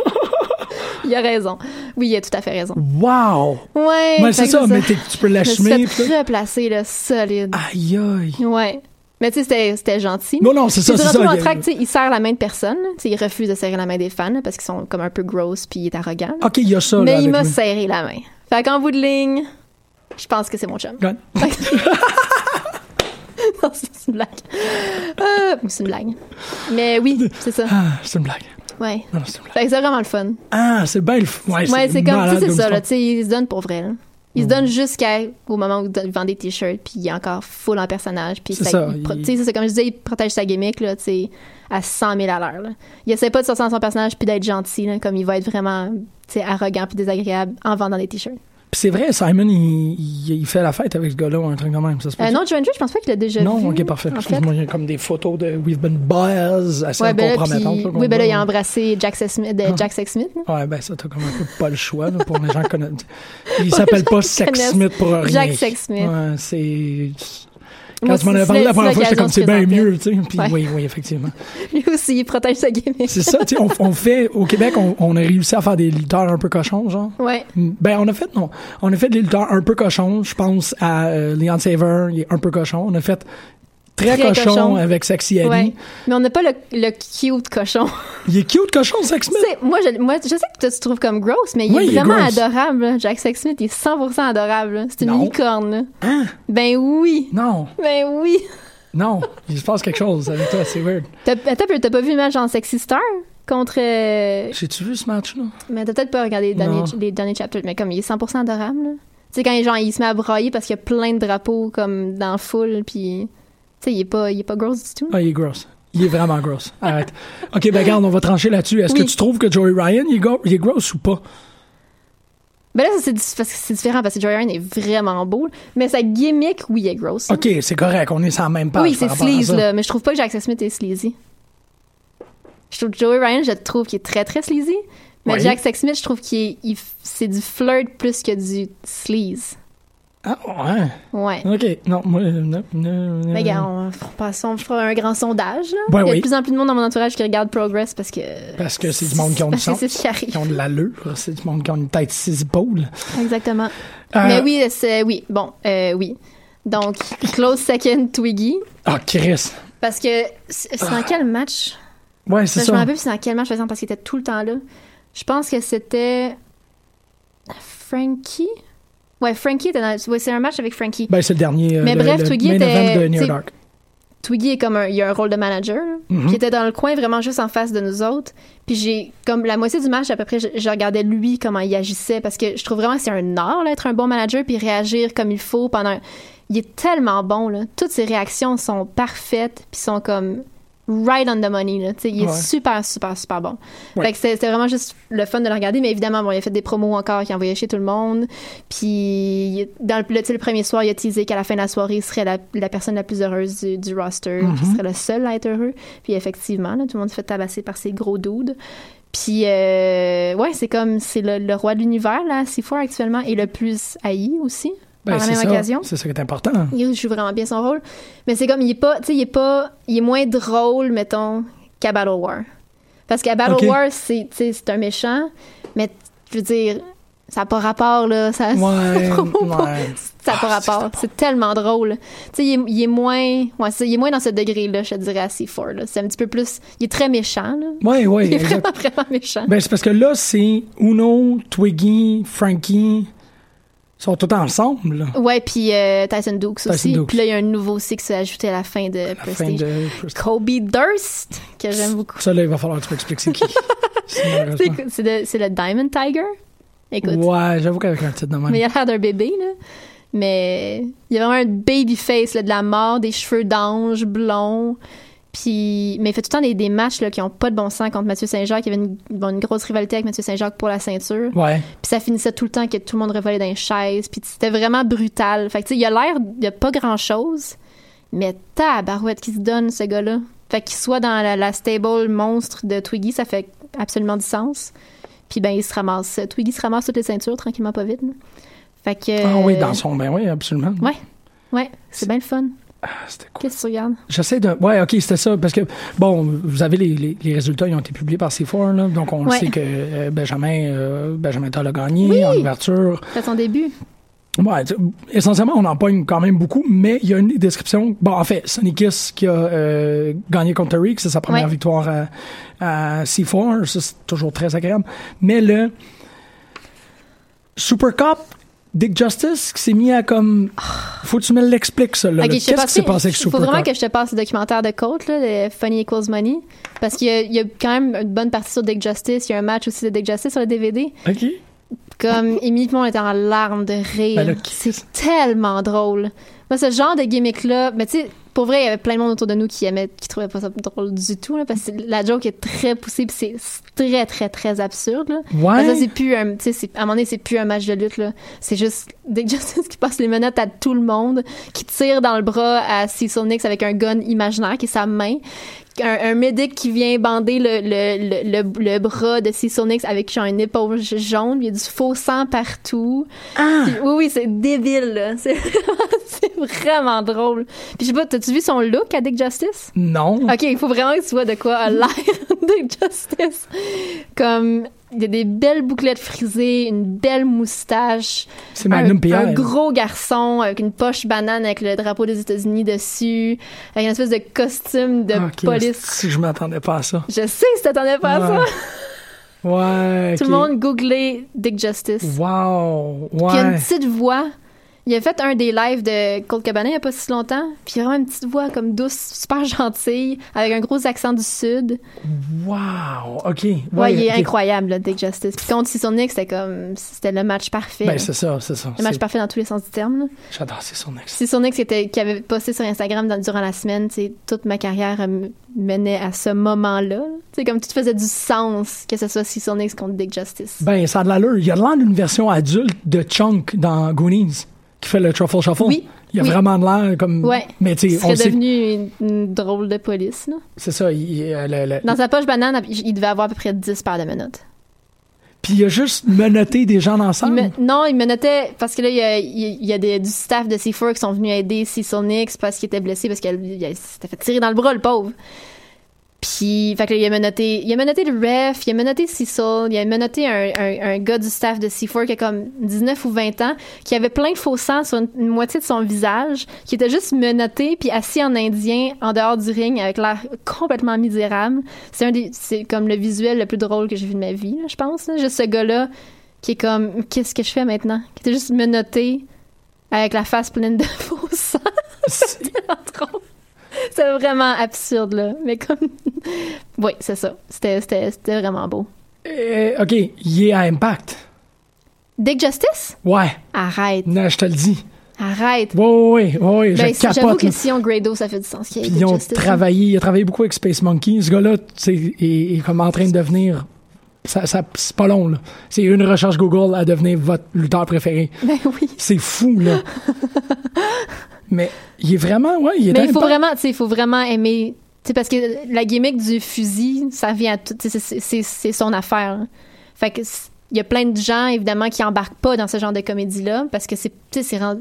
Speaker 6: Il a raison. Oui, il a tout à fait raison.
Speaker 7: Wow!
Speaker 6: Ouais.
Speaker 7: Ben,
Speaker 6: fait
Speaker 7: c'est
Speaker 6: que
Speaker 7: ça,
Speaker 6: c'est
Speaker 7: mais t'es- tu peux
Speaker 6: Je me suis
Speaker 7: l'assumer. puis-
Speaker 6: fait replacer, là, solide.
Speaker 7: Aïe, aïe.
Speaker 6: Ouais. Mais tu sais, c'était- c'était gentil.
Speaker 7: Non, non, c'est ça,
Speaker 6: Puis
Speaker 7: c'est
Speaker 6: durant tout
Speaker 7: ça.
Speaker 6: l'entraque, tu sais, il serre la main de personne. Tu sais, il refuse de serrer la main des fans parce qu'ils sont comme un peu grosses puis il est arrogant.
Speaker 7: OK, il y a Ah, ça. là,
Speaker 6: Mais il
Speaker 7: avec
Speaker 6: m'a
Speaker 7: lui.
Speaker 6: serré la main. Fait qu'en bout de ligne, je pense que c'est mon chum.
Speaker 7: God.
Speaker 6: <laughs> Non, c'est une blague. Euh, c'est une blague. Mais oui, c'est ça.
Speaker 7: Ah, c'est une blague.
Speaker 6: Ouais.
Speaker 7: Non, non, c'est une blague.
Speaker 6: Fait que c'est vraiment le fun.
Speaker 7: Ah, c'est bien le. f- Ouais,
Speaker 6: Ouais, c'est comme, tu
Speaker 7: malade
Speaker 6: sais, c'est ça,
Speaker 7: histoire.
Speaker 6: là. Tu sais, ils se donnent pour vrai, là.
Speaker 7: Hmm.
Speaker 6: Ils se donnent jusqu'au moment où ils vendent des t-shirts, puis il est encore full en personnage. Puis
Speaker 7: C'est
Speaker 6: ça-
Speaker 7: ça,
Speaker 6: il pro-
Speaker 7: il-
Speaker 6: tu sais, c'est ça, comme je disais, il protège sa gimmick là, tu sais, à 100 000 à l'heure. là. Il essaie pas de sortir de son personnage puis d'être gentil, là, comme il va être vraiment tu sais, arrogant puis désagréable en vendant des t-shirts.
Speaker 7: Puis c'est vrai, Simon, il, il- il fait la fête avec ce gars-là ou un truc quand même. Ça se peut
Speaker 6: Euh, non, Joe Andrew, je pense pas qu'il l'a déjà
Speaker 7: Non,
Speaker 6: vu.
Speaker 7: ok, parfait.
Speaker 6: en fait.
Speaker 7: Excuse-moi, il y a comme des photos de We've been buzz assez
Speaker 6: Ouais, ben là,
Speaker 7: compromettantes.
Speaker 6: puis-
Speaker 7: là, qu'on
Speaker 6: oui, ben là,
Speaker 7: voit.
Speaker 6: il a Ah. embrassé Jack Sex Smith. de Jack Sex Smith là.
Speaker 7: Ouais, ben ça, t'as comme un peu pas le choix là, pour les gens qui <laughs> connaissent. Il s'appelle pas Sex
Speaker 6: connaissent
Speaker 7: Smith pour rien.
Speaker 6: Jack Sex Smith.
Speaker 7: Ouais, c'est. Quand tu m'en avais parlé la première fois, j'étais comme c'est bien mieux, tu sais. Puis
Speaker 6: Ouais.
Speaker 7: oui, oui, effectivement.
Speaker 6: <laughs> Lui aussi, il protège sa gimmick.
Speaker 7: C'est ça, tu sais, on, on fait, au Québec, on, on a réussi à faire des lutteurs un peu cochons, genre.
Speaker 6: Ouais.
Speaker 7: Ben, on a fait, non. On a fait des lutteurs un peu cochons. Je pense à euh, Leon Saver, il est un peu cochon. On a fait très,
Speaker 6: Très
Speaker 7: cochon,
Speaker 6: cochon.
Speaker 7: avec Sexy Ali.
Speaker 6: Ouais. Mais on n'a pas le, le cute cochon. <laughs>
Speaker 7: Il est cute cochon, Sex
Speaker 6: Tu
Speaker 7: Smith.
Speaker 6: sais, moi, je, moi, je sais que toi, tu te trouves comme gross, mais il
Speaker 7: Oui,
Speaker 6: est
Speaker 7: il est
Speaker 6: vraiment
Speaker 7: gross.
Speaker 6: adorable. là. Jack Sex Smith, il est 100% adorable. là. C'est une
Speaker 7: Non.
Speaker 6: licorne. là. Ben oui.
Speaker 7: Non,
Speaker 6: Ben oui.
Speaker 7: non. Il se passe quelque chose avec toi, c'est weird.
Speaker 6: T'as attends un peu, t'as pas vu le match en Sexy Star contre. euh,
Speaker 7: J'ai-tu vu ce match-là?
Speaker 6: Mais t'as peut-être pas regardé les derniers,
Speaker 7: Non.
Speaker 6: les derniers chapters, mais comme il est 100% adorable. là. Tu sais, quand il- genre, il se met à brailler parce qu'il y a plein de drapeaux comme dans la foule, puis. Tu sais, il est pas, il est pas gross du tout.
Speaker 7: Ah, il est gross. Il est vraiment gross. Arrête. OK, ben, garde, on va trancher là-dessus. Est-ce
Speaker 6: Oui.
Speaker 7: que tu trouves que Joey Ryan, il est, go- il est gross ou pas?
Speaker 6: Mais Ben là, ça, c'est dis- parce que c'est différent parce que Joy Ryan est vraiment beau, mais sa gimmick, oui, elle est gross.
Speaker 7: OK, c'est correct. On est sur la même page.
Speaker 6: oui, c'est
Speaker 7: par rapport à
Speaker 6: sleaze,
Speaker 7: ça.
Speaker 6: là, mais je trouve pas que Jack Smith est sleazy. Je trouve Joey Ryan, je trouve qu'il est très très sleazy, mais
Speaker 7: Oui.
Speaker 6: Jack Smith, je trouve qu'il est- il f- c'est du flirt plus que du sleaze.
Speaker 7: Ah, ouais.
Speaker 6: Ouais.
Speaker 7: OK. Non, moi. euh, non, non, non.
Speaker 6: Mais gars, Ben, on, passons, on fera un grand sondage. Là. Il
Speaker 7: Ouais,
Speaker 6: y a
Speaker 7: Ben oui. Ben.
Speaker 6: de plus en plus de monde dans mon entourage qui regarde Progress parce que.
Speaker 7: Parce que c'est du monde qui ont du
Speaker 6: Parce que
Speaker 7: sens.
Speaker 6: c'est ce qui arrive.
Speaker 7: Qui ont de l'allure. C'est du monde qui ont une tête six épaules.
Speaker 6: Exactement.
Speaker 7: Euh,
Speaker 6: Mais Ben oui, c'est oui. Bon, euh, oui. Donc, close second Twiggy.
Speaker 7: Ah, Chris.
Speaker 6: Parce que c'est c'est dans quel match
Speaker 7: Ouais, Ah. c'est
Speaker 6: Ben, Je me
Speaker 7: ça.
Speaker 6: rappelle plus c'est dans quel match par exemple, parce qu'il était tout le temps là. Je pense que c'était Frankie. Ouais, Frankie était dans. ouais, c'est un match avec Frankie.
Speaker 7: Ben, c'est le dernier. euh,
Speaker 6: Mais
Speaker 7: le-
Speaker 6: bref,
Speaker 7: le
Speaker 6: Twiggy
Speaker 7: main
Speaker 6: était-
Speaker 7: event de Near
Speaker 6: t'sais,
Speaker 7: Dark.
Speaker 6: Twiggy est comme un, il a un rôle de manager, là,
Speaker 7: Mhm.
Speaker 6: qui était dans le coin vraiment juste en face de nous autres. Puis j'ai, comme la moitié du match, à peu près, je, je regardais lui, comment il agissait, parce que je trouve vraiment que c'est un art, là, être un bon manager, puis réagir comme il faut pendant. Il est tellement bon, là. Toutes ses réactions sont parfaites, puis sont comme right on the money, là. Tu sais, il est
Speaker 7: Ouais.
Speaker 6: super, super, super bon.
Speaker 7: Ouais.
Speaker 6: Fait que c'était c'était vraiment juste le fun de le regarder, mais évidemment, bon, il a fait des promos encore, qu'il envoyait chez tout le monde. Puis, il- dans le, le, tu sais, le premier soir, il a teasé qu'à la fin de la soirée, il serait la, la personne la plus heureuse du, du roster,
Speaker 7: Mm-hmm.
Speaker 6: qui serait le seul à être heureux. Puis, effectivement, là, tout le monde se fait tabasser par ces gros dudes. Puis, euh, ouais, c'est comme, c'est le, le roi de l'univers, là, six fois actuellement, et le plus haï aussi, par
Speaker 7: Ben,
Speaker 6: la
Speaker 7: c'est
Speaker 6: même
Speaker 7: ça.
Speaker 6: occasion.
Speaker 7: C'est ça qui
Speaker 6: <laughs>
Speaker 7: est important.
Speaker 6: Il joue vraiment bien son rôle. Mais c'est comme, il est pas, tu sais, il est pas, il est moins drôle, mettons, qu'à Battle War. Parce qu'à Battle
Speaker 7: Ok.
Speaker 6: War, c'est, tu sais, c'est un méchant, mais je veux dire, ça n'a pas rapport, là. <laughs> Ça,
Speaker 7: Ouais.
Speaker 6: ça promo pas-
Speaker 7: ouais.
Speaker 6: ça n'a pas
Speaker 7: Ah, c'est
Speaker 6: rapport. C'est tellement drôle. Tu sais, il, est- il est moins, ouais, c'est- il est moins dans ce degré-là, je te dirais, assez fort, là. C'est un petit peu plus, il est très méchant, là.
Speaker 7: Ouais, ouais.
Speaker 6: Il est
Speaker 7: exact.
Speaker 6: vraiment, vraiment méchant.
Speaker 7: Ben, c'est parce que là, c'est Uno, Twiggy, Frankie. Ils sont tous ensemble, là.
Speaker 6: Ouais, puis euh, Tyson Dukes aussi.
Speaker 7: Dukes.
Speaker 6: Puis là, il y a un nouveau aussi qui s'est ajouté à la fin de
Speaker 7: À la fin
Speaker 6: Prestige.
Speaker 7: de.
Speaker 6: Kobe Durst, que j'aime beaucoup.
Speaker 7: Ça, là, il va falloir que tu m'expliques
Speaker 6: <laughs>
Speaker 7: c'est qui. C'est
Speaker 6: C'est
Speaker 7: malheureusement.
Speaker 6: quoi- C'est le, c'est le Diamond Tiger. Écoute,
Speaker 7: Ouais, j'avoue qu'avec un titre de
Speaker 6: mais il
Speaker 7: même.
Speaker 6: a l'air d'un bébé, là. Mais il y a vraiment un baby face, là, de la mort, des cheveux d'ange, blond. Puis, mais il fait tout le temps des, des matchs là, qui ont pas de bon sens contre Mathieu Saint-Jacques. Il y avait une, bon, une grosse rivalité avec Mathieu Saint-Jacques pour la ceinture.
Speaker 7: Ouais.
Speaker 6: Puis ça finissait tout le temps que tout le monde revolait dans les chaises. Puis c'était vraiment brutal. Fait que, tu sais, il a l'air de pas grand-chose, mais tabarouette qui se donne, ce gars-là. Fait qu'il soit dans la, la stable monstre de Twiggy, ça fait absolument du sens. Puis ben, il se ramasse. Twiggy se ramasse toutes les ceintures, tranquillement, pas vite. là. Fait que...
Speaker 7: Ah oui, dans son. Ben oui, absolument.
Speaker 6: Euh, Ouais. Ouais, c'est bien le fun.
Speaker 7: Ah, C'était cool.
Speaker 6: Qu'est-ce que tu regardes?
Speaker 7: J'essaie de. Ouais, ok, c'était ça. Parce que, bon, vous avez les, les, les résultats, ils ont été publiés par C4, là. Donc, on
Speaker 6: Ouais.
Speaker 7: sait que euh, Benjamin, euh, Benjamin Toll a gagné en ouverture.
Speaker 6: C'est son début.
Speaker 7: Ouais, tu- essentiellement, on en pogne quand même beaucoup, mais il y a une description. Bon, en fait, Sonny Kiss qui a euh, gagné contre Tariq, c'est sa première
Speaker 6: Ouais.
Speaker 7: victoire à, à C4, ça c'est toujours très agréable. Mais le Super Cup, Dick Justice, qui s'est mis à comme. Faut que tu me l'expliques, ça. là.
Speaker 6: Ah. Ok, je te
Speaker 7: Qu'est-ce qui
Speaker 6: passe-
Speaker 7: s'est passé avec
Speaker 6: Faut
Speaker 7: Super
Speaker 6: vraiment
Speaker 7: Cup?
Speaker 6: que je te passe le documentaire de Colt, là, de Funny Equals Money, parce qu'il y, a- il y a quand même une bonne partie sur Dick Justice. Il y a un match aussi de Dick Justice sur le DVD.
Speaker 7: Ok.
Speaker 6: Comme immédiatement, on était en larmes de rire.
Speaker 7: Ben là, qui-
Speaker 6: C'est tellement drôle. Moi, ce genre de gimmick-là, mais tu sais, pour vrai, il y avait plein de monde autour de nous qui aimait, qui trouvait pas ça drôle du tout, là, parce que la joke est très poussée, puis c'est très, très, très absurde. Là. Parce que ça,
Speaker 7: Ouais.
Speaker 6: c'est plus un, tu sais, c'est- à un moment donné, c'est plus un match de lutte, là. C'est juste <laughs> Dick Justice qui passe les menottes à tout le monde, qui tire dans le bras à Cecil Nix avec un gun imaginaire qui est sa main, un, un médic qui vient bander le, le, le, le, le bras de Seasonix avec genre une éponge jaune, il y a du faux sang partout. Puis- oui, oui, c'est débile, là. <laughs> C'est c'est vraiment drôle. Puis je sais pas, t'as-tu vu son look à Dick Justice?
Speaker 7: Non.
Speaker 6: Ok, il faut vraiment que tu vois de quoi a l'air <laughs> Dick Justice. Comme, il y a des belles bouclettes frisées, une belle moustache.
Speaker 7: C'est Magnum
Speaker 6: un,
Speaker 7: PI.
Speaker 6: un gros garçon avec une poche banane avec le drapeau des États-Unis dessus, avec une espèce de costume de
Speaker 7: Ah, ok,
Speaker 6: police.
Speaker 7: Si je m'attendais pas à ça.
Speaker 6: Je sais que tu t'attendais pas à ça.
Speaker 7: Ouais. Ouais.
Speaker 6: Tout
Speaker 7: ok.
Speaker 6: le monde googlait Dick Justice.
Speaker 7: Wow.
Speaker 6: Puis il y a une
Speaker 7: Ouais.
Speaker 6: petite voix. Il a fait un des lives de Cold Cabana il n'y a pas si longtemps. Puis il a vraiment une petite voix comme douce, super <laughs> gentille, avec un gros accent du Sud.
Speaker 7: Wow. OK.
Speaker 6: Ouais, il est
Speaker 7: ok.
Speaker 6: incroyable, là, Dick Justice. Puis contre Sonic, c'était comme. C'était le match parfait.
Speaker 7: Ben, c'est ça, c'est ça.
Speaker 6: le match
Speaker 7: C'est-
Speaker 6: parfait dans tous les sens du terme. là.
Speaker 7: J'adore, c'est son ex.
Speaker 6: C'est Sonic qui, était- qui avait posté sur Instagram dans- durant la semaine, tu sais, toute ma carrière euh, menait à ce moment-là. C'est comme tout faisait du sens que ce soit Sonic contre Dick Justice.
Speaker 7: Ben, ça a de l'allure. Il y a l'air d'une version adulte de Chunk dans Goonies qui fait le Truffle Shuffle.
Speaker 6: Oui,
Speaker 7: Il a
Speaker 6: oui.
Speaker 7: vraiment de l'air comme.
Speaker 6: Ouais.
Speaker 7: Mais tu
Speaker 6: Il
Speaker 7: sais, on
Speaker 6: serait
Speaker 7: sait.
Speaker 6: devenu une, une drôle de police. Là.
Speaker 7: C'est ça. il- euh, le- le-
Speaker 6: Dans sa poche banane, il il devait avoir à peu près 10 paires de menottes.
Speaker 7: Puis il a juste menotté des gens
Speaker 6: Il
Speaker 7: ensemble.
Speaker 6: me- non, il me notait parce que là, il y a, il y a des- du staff de C4 qui sont venus aider Sonic parce qu'il était blessé, parce qu'il s'était fait tirer dans le bras, le pauvre. Puis, fait que là, il a menotté, il a menotté le ref, il a menotté Cecil, il a menotté un, un, un gars du staff de C4 qui a comme 19 ou 20 ans, qui avait plein de faux sang sur une, une moitié de son visage, qui était juste menotté puis assis en indien en dehors du ring avec l'air complètement misérable. C'est un des, c'est comme le visuel le plus drôle que j'ai vu de ma vie, là, je pense. là. Juste ce gars-là qui est comme, qu'est-ce que je fais maintenant? Qui était juste menotté avec la face pleine de <laughs> faux sang. <laughs>
Speaker 7: C'est-
Speaker 6: C'était vraiment absurde, là. Mais comme. <laughs> oui, c'est ça. C'était, c'était, c'était vraiment beau.
Speaker 7: Euh, OK. Il est à Impact.
Speaker 6: Dick Justice?
Speaker 7: Ouais.
Speaker 6: Arrête.
Speaker 7: Non, je te le dis.
Speaker 6: Arrête.
Speaker 7: Ouais, ouais, ouais, ouais.
Speaker 6: Ben,
Speaker 7: je
Speaker 6: si- j'avoue
Speaker 7: capote.
Speaker 6: que
Speaker 7: là.
Speaker 6: si on Grado, ça fait du sens. qu'il y ait
Speaker 7: Puis
Speaker 6: Dick
Speaker 7: ils ont
Speaker 6: Justice. hein.
Speaker 7: travaillé, il a travaillé beaucoup avec Space Monkey. Ce gars-là, tu sais, est, est comme en train de devenir. Ça, ça- c'est pas long, là. C'est une recherche Google à devenir votre lutteur préféré.
Speaker 6: Ben oui.
Speaker 7: C'est fou, là.
Speaker 6: <laughs>
Speaker 7: Mais il est vraiment, ouais, il est
Speaker 6: Mais il faut
Speaker 7: impa-
Speaker 6: vraiment, tu sais, il faut vraiment aimer. Tu sais, parce que la gimmick du fusil, ça vient à tout. tu sais, C'est, c'est, c'est son affaire. là. Fait que c'est- il y a plein de gens, évidemment, qui embarquent pas dans ce genre de comédie-là parce que c'est. Tu sais, c'est rendu-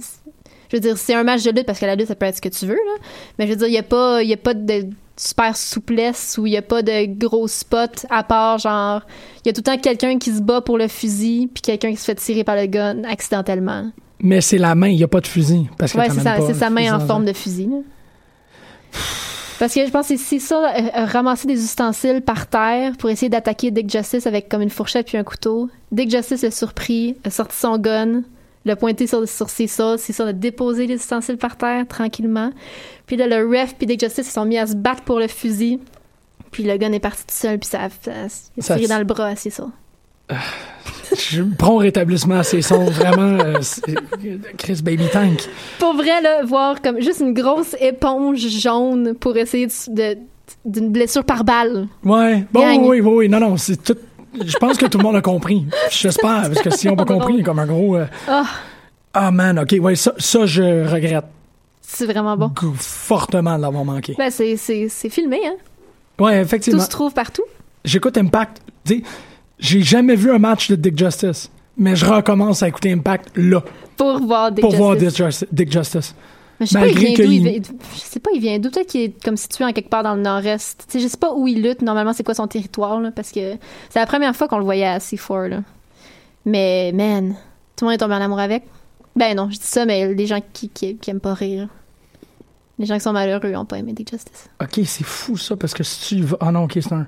Speaker 6: Je veux dire, c'est un match de lutte parce que la lutte, ça peut être ce que tu veux, là. Mais je veux dire, il n'y a, pas- il y a pas de super souplesse ou il n'y a pas de gros spots à part, genre, il y a tout le temps quelqu'un qui se bat pour le fusil puis quelqu'un qui se fait tirer par le gun accidentellement.
Speaker 7: Mais c'est la main, il n'y a pas de fusil. Parce que
Speaker 6: Ouais,
Speaker 7: t'amènes
Speaker 6: c'est sa,
Speaker 7: pas hein.
Speaker 6: c'est
Speaker 7: le
Speaker 6: sa
Speaker 7: fusil
Speaker 6: main en
Speaker 7: dans
Speaker 6: forme
Speaker 7: un-
Speaker 6: de fusil. là. Parce que je pense que c'est ça, euh, euh, ramasser des ustensiles par terre pour essayer d'attaquer Dick Justice avec comme une fourchette puis un couteau. Dick Justice l'a surpris, a sorti son gun, l'a pointé sur, sur Cecil. Cecil a déposé les ustensiles par terre tranquillement. Puis là, le ref puis Dick Justice se sont mis à se battre pour le fusil. Puis le gun est parti tout seul, puis ça a, ça a- il
Speaker 7: Ça
Speaker 6: a
Speaker 7: a-
Speaker 6: tiré dans le bras à Cecil.
Speaker 7: <laughs> Je prends rétablissement à ses sons, vraiment. euh, c'est- Chris Baby Tank.
Speaker 6: Pour vrai, là, voir comme juste une grosse éponge jaune pour essayer de- de- d'une blessure par balle.
Speaker 7: Ouais. Bon,
Speaker 6: Gang.
Speaker 7: oui, oui, oui. Non, non, c'est tout. Je pense que tout le monde a compris. J'espère, parce que si
Speaker 6: <laughs>
Speaker 7: on n'a pas compris, il y a comme un gros. euh,
Speaker 6: Ah.
Speaker 7: Ah, man, ok, ouais, ça, ça, je regrette
Speaker 6: C'est vraiment bon.
Speaker 7: g- fortement de l'avoir manqué.
Speaker 6: Ben, c'est, c'est, c'est filmé, hein?
Speaker 7: Ouais,
Speaker 6: Tout
Speaker 7: effectivement.
Speaker 6: se trouve partout.
Speaker 7: J'écoute Impact. Tu sais, j'ai jamais vu un match de Dick Justice, mais je recommence à écouter Impact là
Speaker 6: Pour voir Dick
Speaker 7: pour voir Dick
Speaker 6: Justice.
Speaker 7: Justice. Dick Justice.
Speaker 6: Mais je sais pas, il
Speaker 7: malgré
Speaker 6: vient d'où.
Speaker 7: que
Speaker 6: Il...
Speaker 7: il-
Speaker 6: vient- Je sais pas, il vient d'où. Peut-être qu'il est comme situé en quelque part dans le nord-est. Tu sais, je sais pas où il lutte. Normalement, c'est quoi son territoire, là? Parce que c'est la première fois qu'on le voyait à C4, là. Mais, man, tout le monde est tombé en amour avec. Ben non, je dis ça, mais les gens qui, qui, qui aiment pas rire. Les gens qui sont malheureux ont pas aimé Dick Justice.
Speaker 7: Ok, c'est fou ça parce que si tu vas- ah non, ok, c'est un.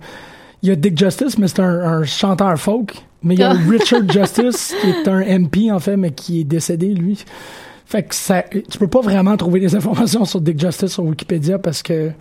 Speaker 7: Il y a Dick Justice, mais c'est un, un chanteur folk. Mais il y a
Speaker 6: Ah.
Speaker 7: <laughs> Richard Justice qui est un MP en fait, mais qui est décédé lui. Fait que ça, tu peux pas vraiment trouver des informations sur Dick Justice sur Wikipédia parce que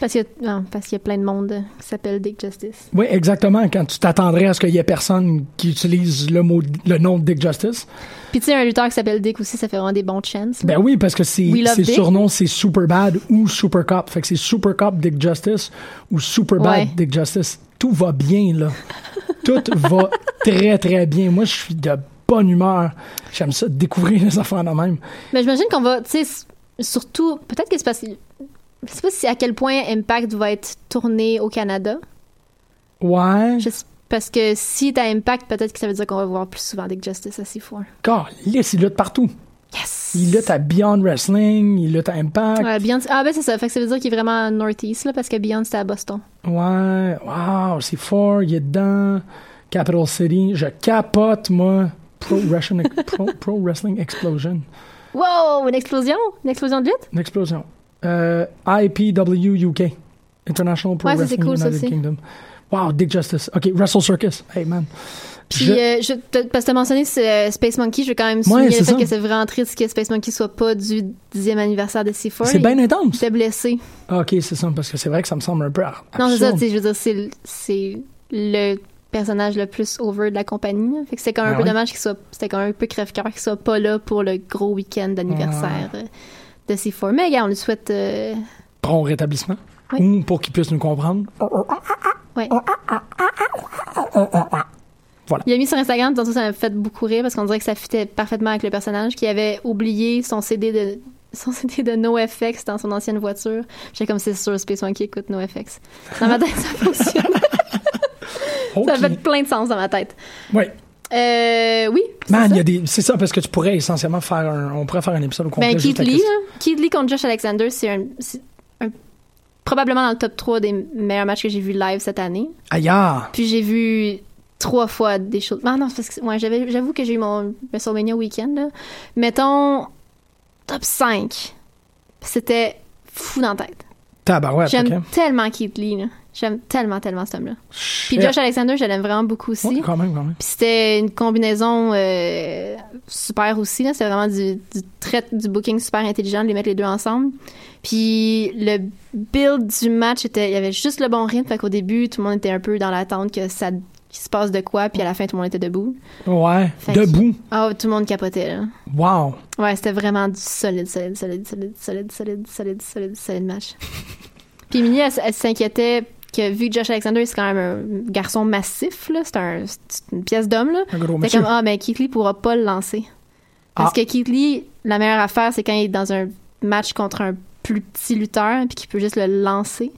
Speaker 6: Parce qu'il y a, non, parce qu'il y a plein de monde qui s'appelle Dick Justice.
Speaker 7: Oui, exactement. Quand tu t'attendrais à ce qu'il y ait personne qui utilise le mot, le nom de Dick Justice.
Speaker 6: Puis tu sais, un lutteur qui s'appelle Dick aussi, ça fait vraiment des bons chances.
Speaker 7: Ben oui, parce que c'est,
Speaker 6: We love
Speaker 7: ses
Speaker 6: Dick.
Speaker 7: surnoms, c'est Superbad ou Super Cop. Fait que c'est Super Cop Dick Justice ou Superbad
Speaker 6: Ouais.
Speaker 7: Dick Justice. Tout va bien,
Speaker 6: <laughs>
Speaker 7: là. Tout va très, très bien. Moi, je suis de bonne humeur. J'aime ça, découvrir les affaires de même.
Speaker 6: Mais j'imagine qu'on va, tu sais, s- surtout, peut-être que c'est parce que Je sais pas si à quel point Impact va être tourné au Canada.
Speaker 7: Ouais.
Speaker 6: Je sais- parce que si t'as Impact, peut-être que ça veut dire qu'on va voir plus souvent Dick Justice à C4.
Speaker 7: Calisse, il lutte partout.
Speaker 6: Yes!
Speaker 7: Il lutte à Beyond Wrestling, il lutte à Impact.
Speaker 6: Ouais, Beyond- Ah ben c'est ça, fait que ça veut dire qu'il est vraiment Northeast là, parce que Beyond c'était à Boston.
Speaker 7: Ouais, wow, c'est fort, il est dedans. Capital City, je capote, moi. Pro, Russian- Pro- Pro Wrestling Explosion.
Speaker 6: Wow! Une explosion! Une explosion de lutte?
Speaker 7: Une explosion. Euh, IPW UK. International Pro
Speaker 6: Ouais, ça, c'est
Speaker 7: Wrestling
Speaker 6: cool, ça
Speaker 7: United
Speaker 6: aussi.
Speaker 7: Kingdom. Wow, Dick Justice. OK, Wrestle Circus. Hey, man.
Speaker 6: Puis,
Speaker 7: Je-
Speaker 6: euh, je- t- parce que t'as mentionné c'est, euh, Space Monkey, je vais quand même souligner
Speaker 7: c'est
Speaker 6: le fait
Speaker 7: ça.
Speaker 6: que c'est vraiment triste que Space Monkey soit pas du 10e anniversaire de C4.
Speaker 7: c'est
Speaker 6: Il-
Speaker 7: bien intense.
Speaker 6: il était blessé.
Speaker 7: OK, c'est ça, parce que c'est vrai que ça me semble un peu ar-
Speaker 6: Non, c'est ça,
Speaker 7: absurde.
Speaker 6: tu sais, je veux dire, c'est le- c'est le personnage le plus over de la compagnie. là. Fait que c'était quand même
Speaker 7: Ah
Speaker 6: un peu
Speaker 7: ouais?
Speaker 6: dommage qu'il soit, c'était quand même un peu crève-cœur qu'il soit pas là pour le gros week-end d'anniversaire euh, de C4. Mais gars, on lui souhaite, euh,
Speaker 7: Bon rétablissement.
Speaker 6: Oui.
Speaker 7: Ou pour qu'ils puissent nous comprendre.
Speaker 6: ouais.
Speaker 7: Oh, ah, Voilà.
Speaker 6: Il a mis sur Instagram, tantôt ça m'a fait beaucoup rire parce qu'on dirait que ça fitait parfaitement avec le personnage qui avait oublié son CD de <laughs> son CD de NoFX dans son ancienne voiture. J'étais comme c'est sûr Space Monkey écoute NoFX. Dans ma tête
Speaker 7: <laughs>
Speaker 6: ça fonctionne.
Speaker 7: OK.
Speaker 6: Ça fait plein de sens dans ma tête.
Speaker 7: Oui.
Speaker 6: Euh, oui. c'est
Speaker 7: Man,
Speaker 6: ça.
Speaker 7: il y a des... C'est ça, parce que tu pourrais essentiellement faire un... On pourrait faire un épisode au complet.
Speaker 6: Ben,
Speaker 7: juste
Speaker 6: Keith
Speaker 7: avec
Speaker 6: Lee,
Speaker 7: ça.
Speaker 6: là. Keith Lee contre Josh Alexander, c'est un, c'est un- probablement dans le top 3 des meilleurs matchs que j'ai vu live cette année.
Speaker 7: Aïe, ah.
Speaker 6: Puis j'ai vu trois fois des choses. Ah non, c'est parce que ouais, j'avais- j'avoue que j'ai eu mon WrestleMania week-end. là. Mettons top 5. C'était fou dans la tête.
Speaker 7: Tabarouette,
Speaker 6: J'aime
Speaker 7: OK.
Speaker 6: tellement Keith Lee. là. J'aime tellement, tellement cet homme-là. Puis
Speaker 7: Shit.
Speaker 6: Josh Alexander, je l'aime vraiment beaucoup aussi.
Speaker 7: Ouais, quand même, quand même.
Speaker 6: Puis c'était une combinaison euh, super aussi. là. C'était vraiment du, du trait, du booking super intelligent de les mettre les deux ensemble. Puis le build du match, était, il y avait juste le bon rythme. Fait qu'au début, tout le monde était un peu dans l'attente que ça qu'il se passe de quoi. Puis à la fin, tout le monde était debout.
Speaker 7: Ouais,
Speaker 6: Fait que-
Speaker 7: debout.
Speaker 6: Ah, tout le monde capotait, là.
Speaker 7: Wow.
Speaker 6: Ouais, c'était vraiment du solide, solide, solide, solide, solide, solide, solide, solide, solide match. Puis Minnie, elle, s- elle s'inquiétait que vu que Josh Alexander, c'est quand même un garçon massif, là, c'est un- c'est une pièce d'homme, là.
Speaker 7: Un gros
Speaker 6: C'était
Speaker 7: monsieur.
Speaker 6: comme, ah, ben Keith Lee pourra pas le lancer. Parce
Speaker 7: Ah.
Speaker 6: que Keith Lee, la meilleure affaire, c'est quand il est dans un match contre un plus petit lutteur, puis qu'il peut juste le lancer.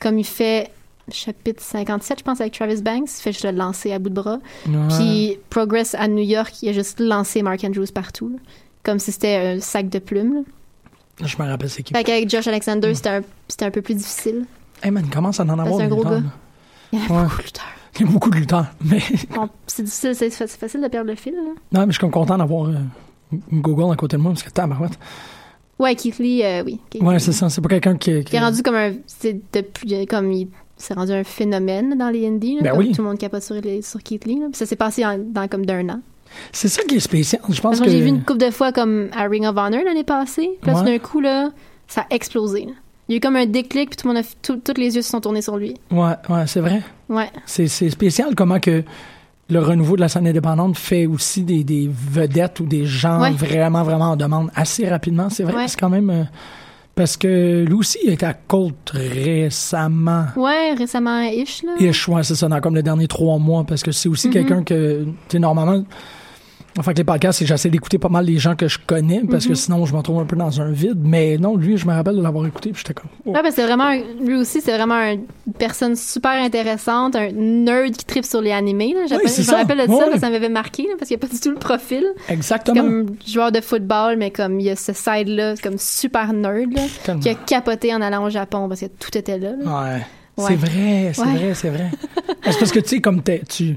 Speaker 6: Comme il fait chapitre 57, je pense, avec Travis Banks, il fait juste le lancer à bout de bras.
Speaker 7: Ouais.
Speaker 6: Puis Progress à New York, il a juste lancé Mark Andrews partout, là. comme si c'était un sac de plumes. là.
Speaker 7: Je me rappelle c'est qui.
Speaker 6: Fait qu'avec Josh Alexander, c'était un, c'était un peu plus difficile. <laughs>
Speaker 7: Hey man, commence à en avoir
Speaker 6: c'est un
Speaker 7: des
Speaker 6: gros
Speaker 7: lutteurs,
Speaker 6: gars.
Speaker 7: là.
Speaker 6: Il y avait
Speaker 7: Ouais.
Speaker 6: beaucoup de lutteurs.
Speaker 7: Il y a beaucoup de lutteurs. Mais, <laughs>
Speaker 6: Bon, c'est difficile, c'est c'est facile de perdre le fil. Là.
Speaker 7: non, mais je suis comme content d'avoir euh, Google à côté de moi parce que tabarouette.
Speaker 6: Ouais, Keith Lee, euh, oui. Keith
Speaker 7: Ouais,
Speaker 6: Lee.
Speaker 7: c'est ça. C'est pas quelqu'un qui. qui-
Speaker 6: Il est rendu comme un. C'est depuis. Comme il s'est rendu un phénomène dans les indies. là,
Speaker 7: Ben
Speaker 6: comme
Speaker 7: oui.
Speaker 6: Tout le monde capote sur, les- sur Keith Lee. là. Puis ça s'est passé en- dans comme d'un an.
Speaker 7: C'est ça qui est spécial. Je pense
Speaker 6: Parce que,
Speaker 7: que.
Speaker 6: j'ai vu une couple de fois comme à Ring of Honor l'année passée. Puis là,
Speaker 7: Ouais.
Speaker 6: tout d'un coup, là, ça a explosé. là. Il y a eu comme un déclic, puis tout le monde a. tout- tous les yeux se sont tournés sur lui.
Speaker 7: Ouais, ouais, c'est vrai.
Speaker 6: Ouais.
Speaker 7: C'est c'est spécial comment que le renouveau de la scène indépendante fait aussi des, des vedettes ou des gens
Speaker 6: Ouais.
Speaker 7: vraiment, vraiment en demande assez rapidement. C'est vrai,
Speaker 6: Ouais.
Speaker 7: c'est quand même. euh, parce que lui aussi il était à Colt récemment.
Speaker 6: Ouais, récemment, ish, là.
Speaker 7: Ish, ouais, hein, c'est ça, dans comme les derniers trois mois, parce que c'est aussi quelqu'un que, tu sais, normalement, enfin, que les podcasts, c'est que j'essaie d'écouter pas mal les gens que je connais, parce que sinon, je me trouve un peu dans un vide. Mais non, lui, je me rappelle de l'avoir écouté, puis j'étais comme, oh.
Speaker 6: Ouais, parce que c'est vraiment. un- Lui aussi, c'est vraiment un- une personne super intéressante, un nerd qui tripe sur les animés. Là. J'appelle-
Speaker 7: Oui, c'est
Speaker 6: je me
Speaker 7: ça.
Speaker 6: rappelle de
Speaker 7: Ouais,
Speaker 6: ça,
Speaker 7: ouais.
Speaker 6: parce que ça m'avait marqué, là, parce qu'il n'y a pas du tout le profil.
Speaker 7: exactement.
Speaker 6: comme joueur de football, mais comme il y a ce side-là, comme super nerd, là,
Speaker 7: Tellement.
Speaker 6: qui a capoté en allant au Japon parce que tout était là. là.
Speaker 7: Ouais.
Speaker 6: Ouais.
Speaker 7: C'est vrai, c'est
Speaker 6: Ouais.
Speaker 7: vrai, c'est vrai. c'est parce que, tu sais, comme t'es- tu.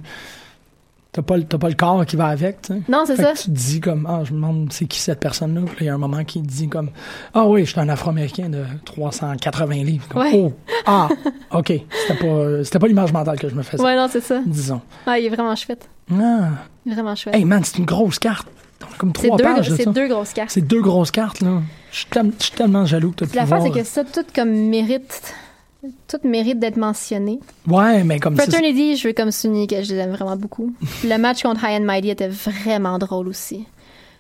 Speaker 7: T'as pas, le- t'as pas le corps qui va avec, tu sais.
Speaker 6: Non, c'est
Speaker 7: Fait
Speaker 6: ça.
Speaker 7: que tu te dis comme, ah, je me demande c'est qui cette personne-là. Puis là, il y a un moment qui te dit comme, ah oui, je suis un Afro-Américain de 380 livres. Comme,
Speaker 6: Ouais.
Speaker 7: Oh, ah, OK. C'était pas, euh, c'était pas l'image mentale que je me faisais,
Speaker 6: Ouais, non, c'est ça.
Speaker 7: disons.
Speaker 6: Ah, il est vraiment chouette.
Speaker 7: Ah.
Speaker 6: Vraiment chouette.
Speaker 7: Hey man, c'est une grosse carte. On a Comme
Speaker 6: c'est
Speaker 7: trois
Speaker 6: deux,
Speaker 7: pages de
Speaker 6: c'est
Speaker 7: ça.
Speaker 6: deux grosses cartes.
Speaker 7: C'est deux grosses cartes, là. Je suis tellement- je suis tellement jaloux que t'as pu
Speaker 6: L'affaire,
Speaker 7: voir.
Speaker 6: c'est que ça, tout comme mérite. Tout mérite d'être mentionné.
Speaker 7: Ouais, mais comme ça.
Speaker 6: Fraternity, je veux comme souligner que je les aime vraiment beaucoup.
Speaker 7: <laughs>
Speaker 6: Le match contre High and Mighty était vraiment drôle aussi.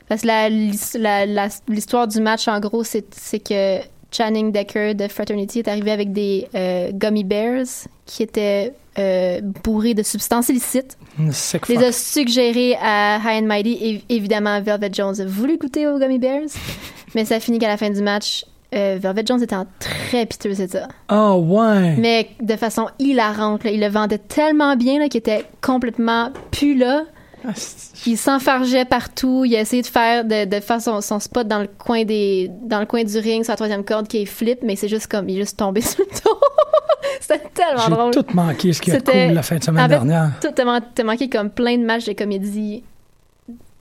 Speaker 6: Parce que la- l'his- la- la- l'histoire du match, en gros, c'est c'est que Channing Decker de Fraternity est arrivé avec des euh, gummy bears qui étaient euh, bourrés de substances illicites.
Speaker 7: C'est
Speaker 6: Il les a suggérés à High and
Speaker 7: <laughs>
Speaker 6: Mighty et évidemment Velvet Jones a voulu goûter aux gummy bears. Mais ça finit qu'à la fin du match, euh, Velvet Jones était en très piteux état.
Speaker 7: Ah, ouais.
Speaker 6: Mais de façon hilarante, là. il le vendait tellement bien là, qu'il était complètement plus là.
Speaker 7: Ah, c'est-
Speaker 6: Il s'enfargeait partout. Il a essayé de faire, de, de faire son, son spot dans le coin des, dans le coin du ring sur la troisième corde qui est flip, mais c'est juste comme il est juste tombé <laughs> sur le dos. C'était tellement
Speaker 7: J'ai
Speaker 6: drôle.
Speaker 7: tout manqué ce qui est
Speaker 6: C'était-
Speaker 7: cool la fin de semaine
Speaker 6: En fait,
Speaker 7: dernière.
Speaker 6: Toi, t'as man- t'as manqué comme plein de matchs de comédie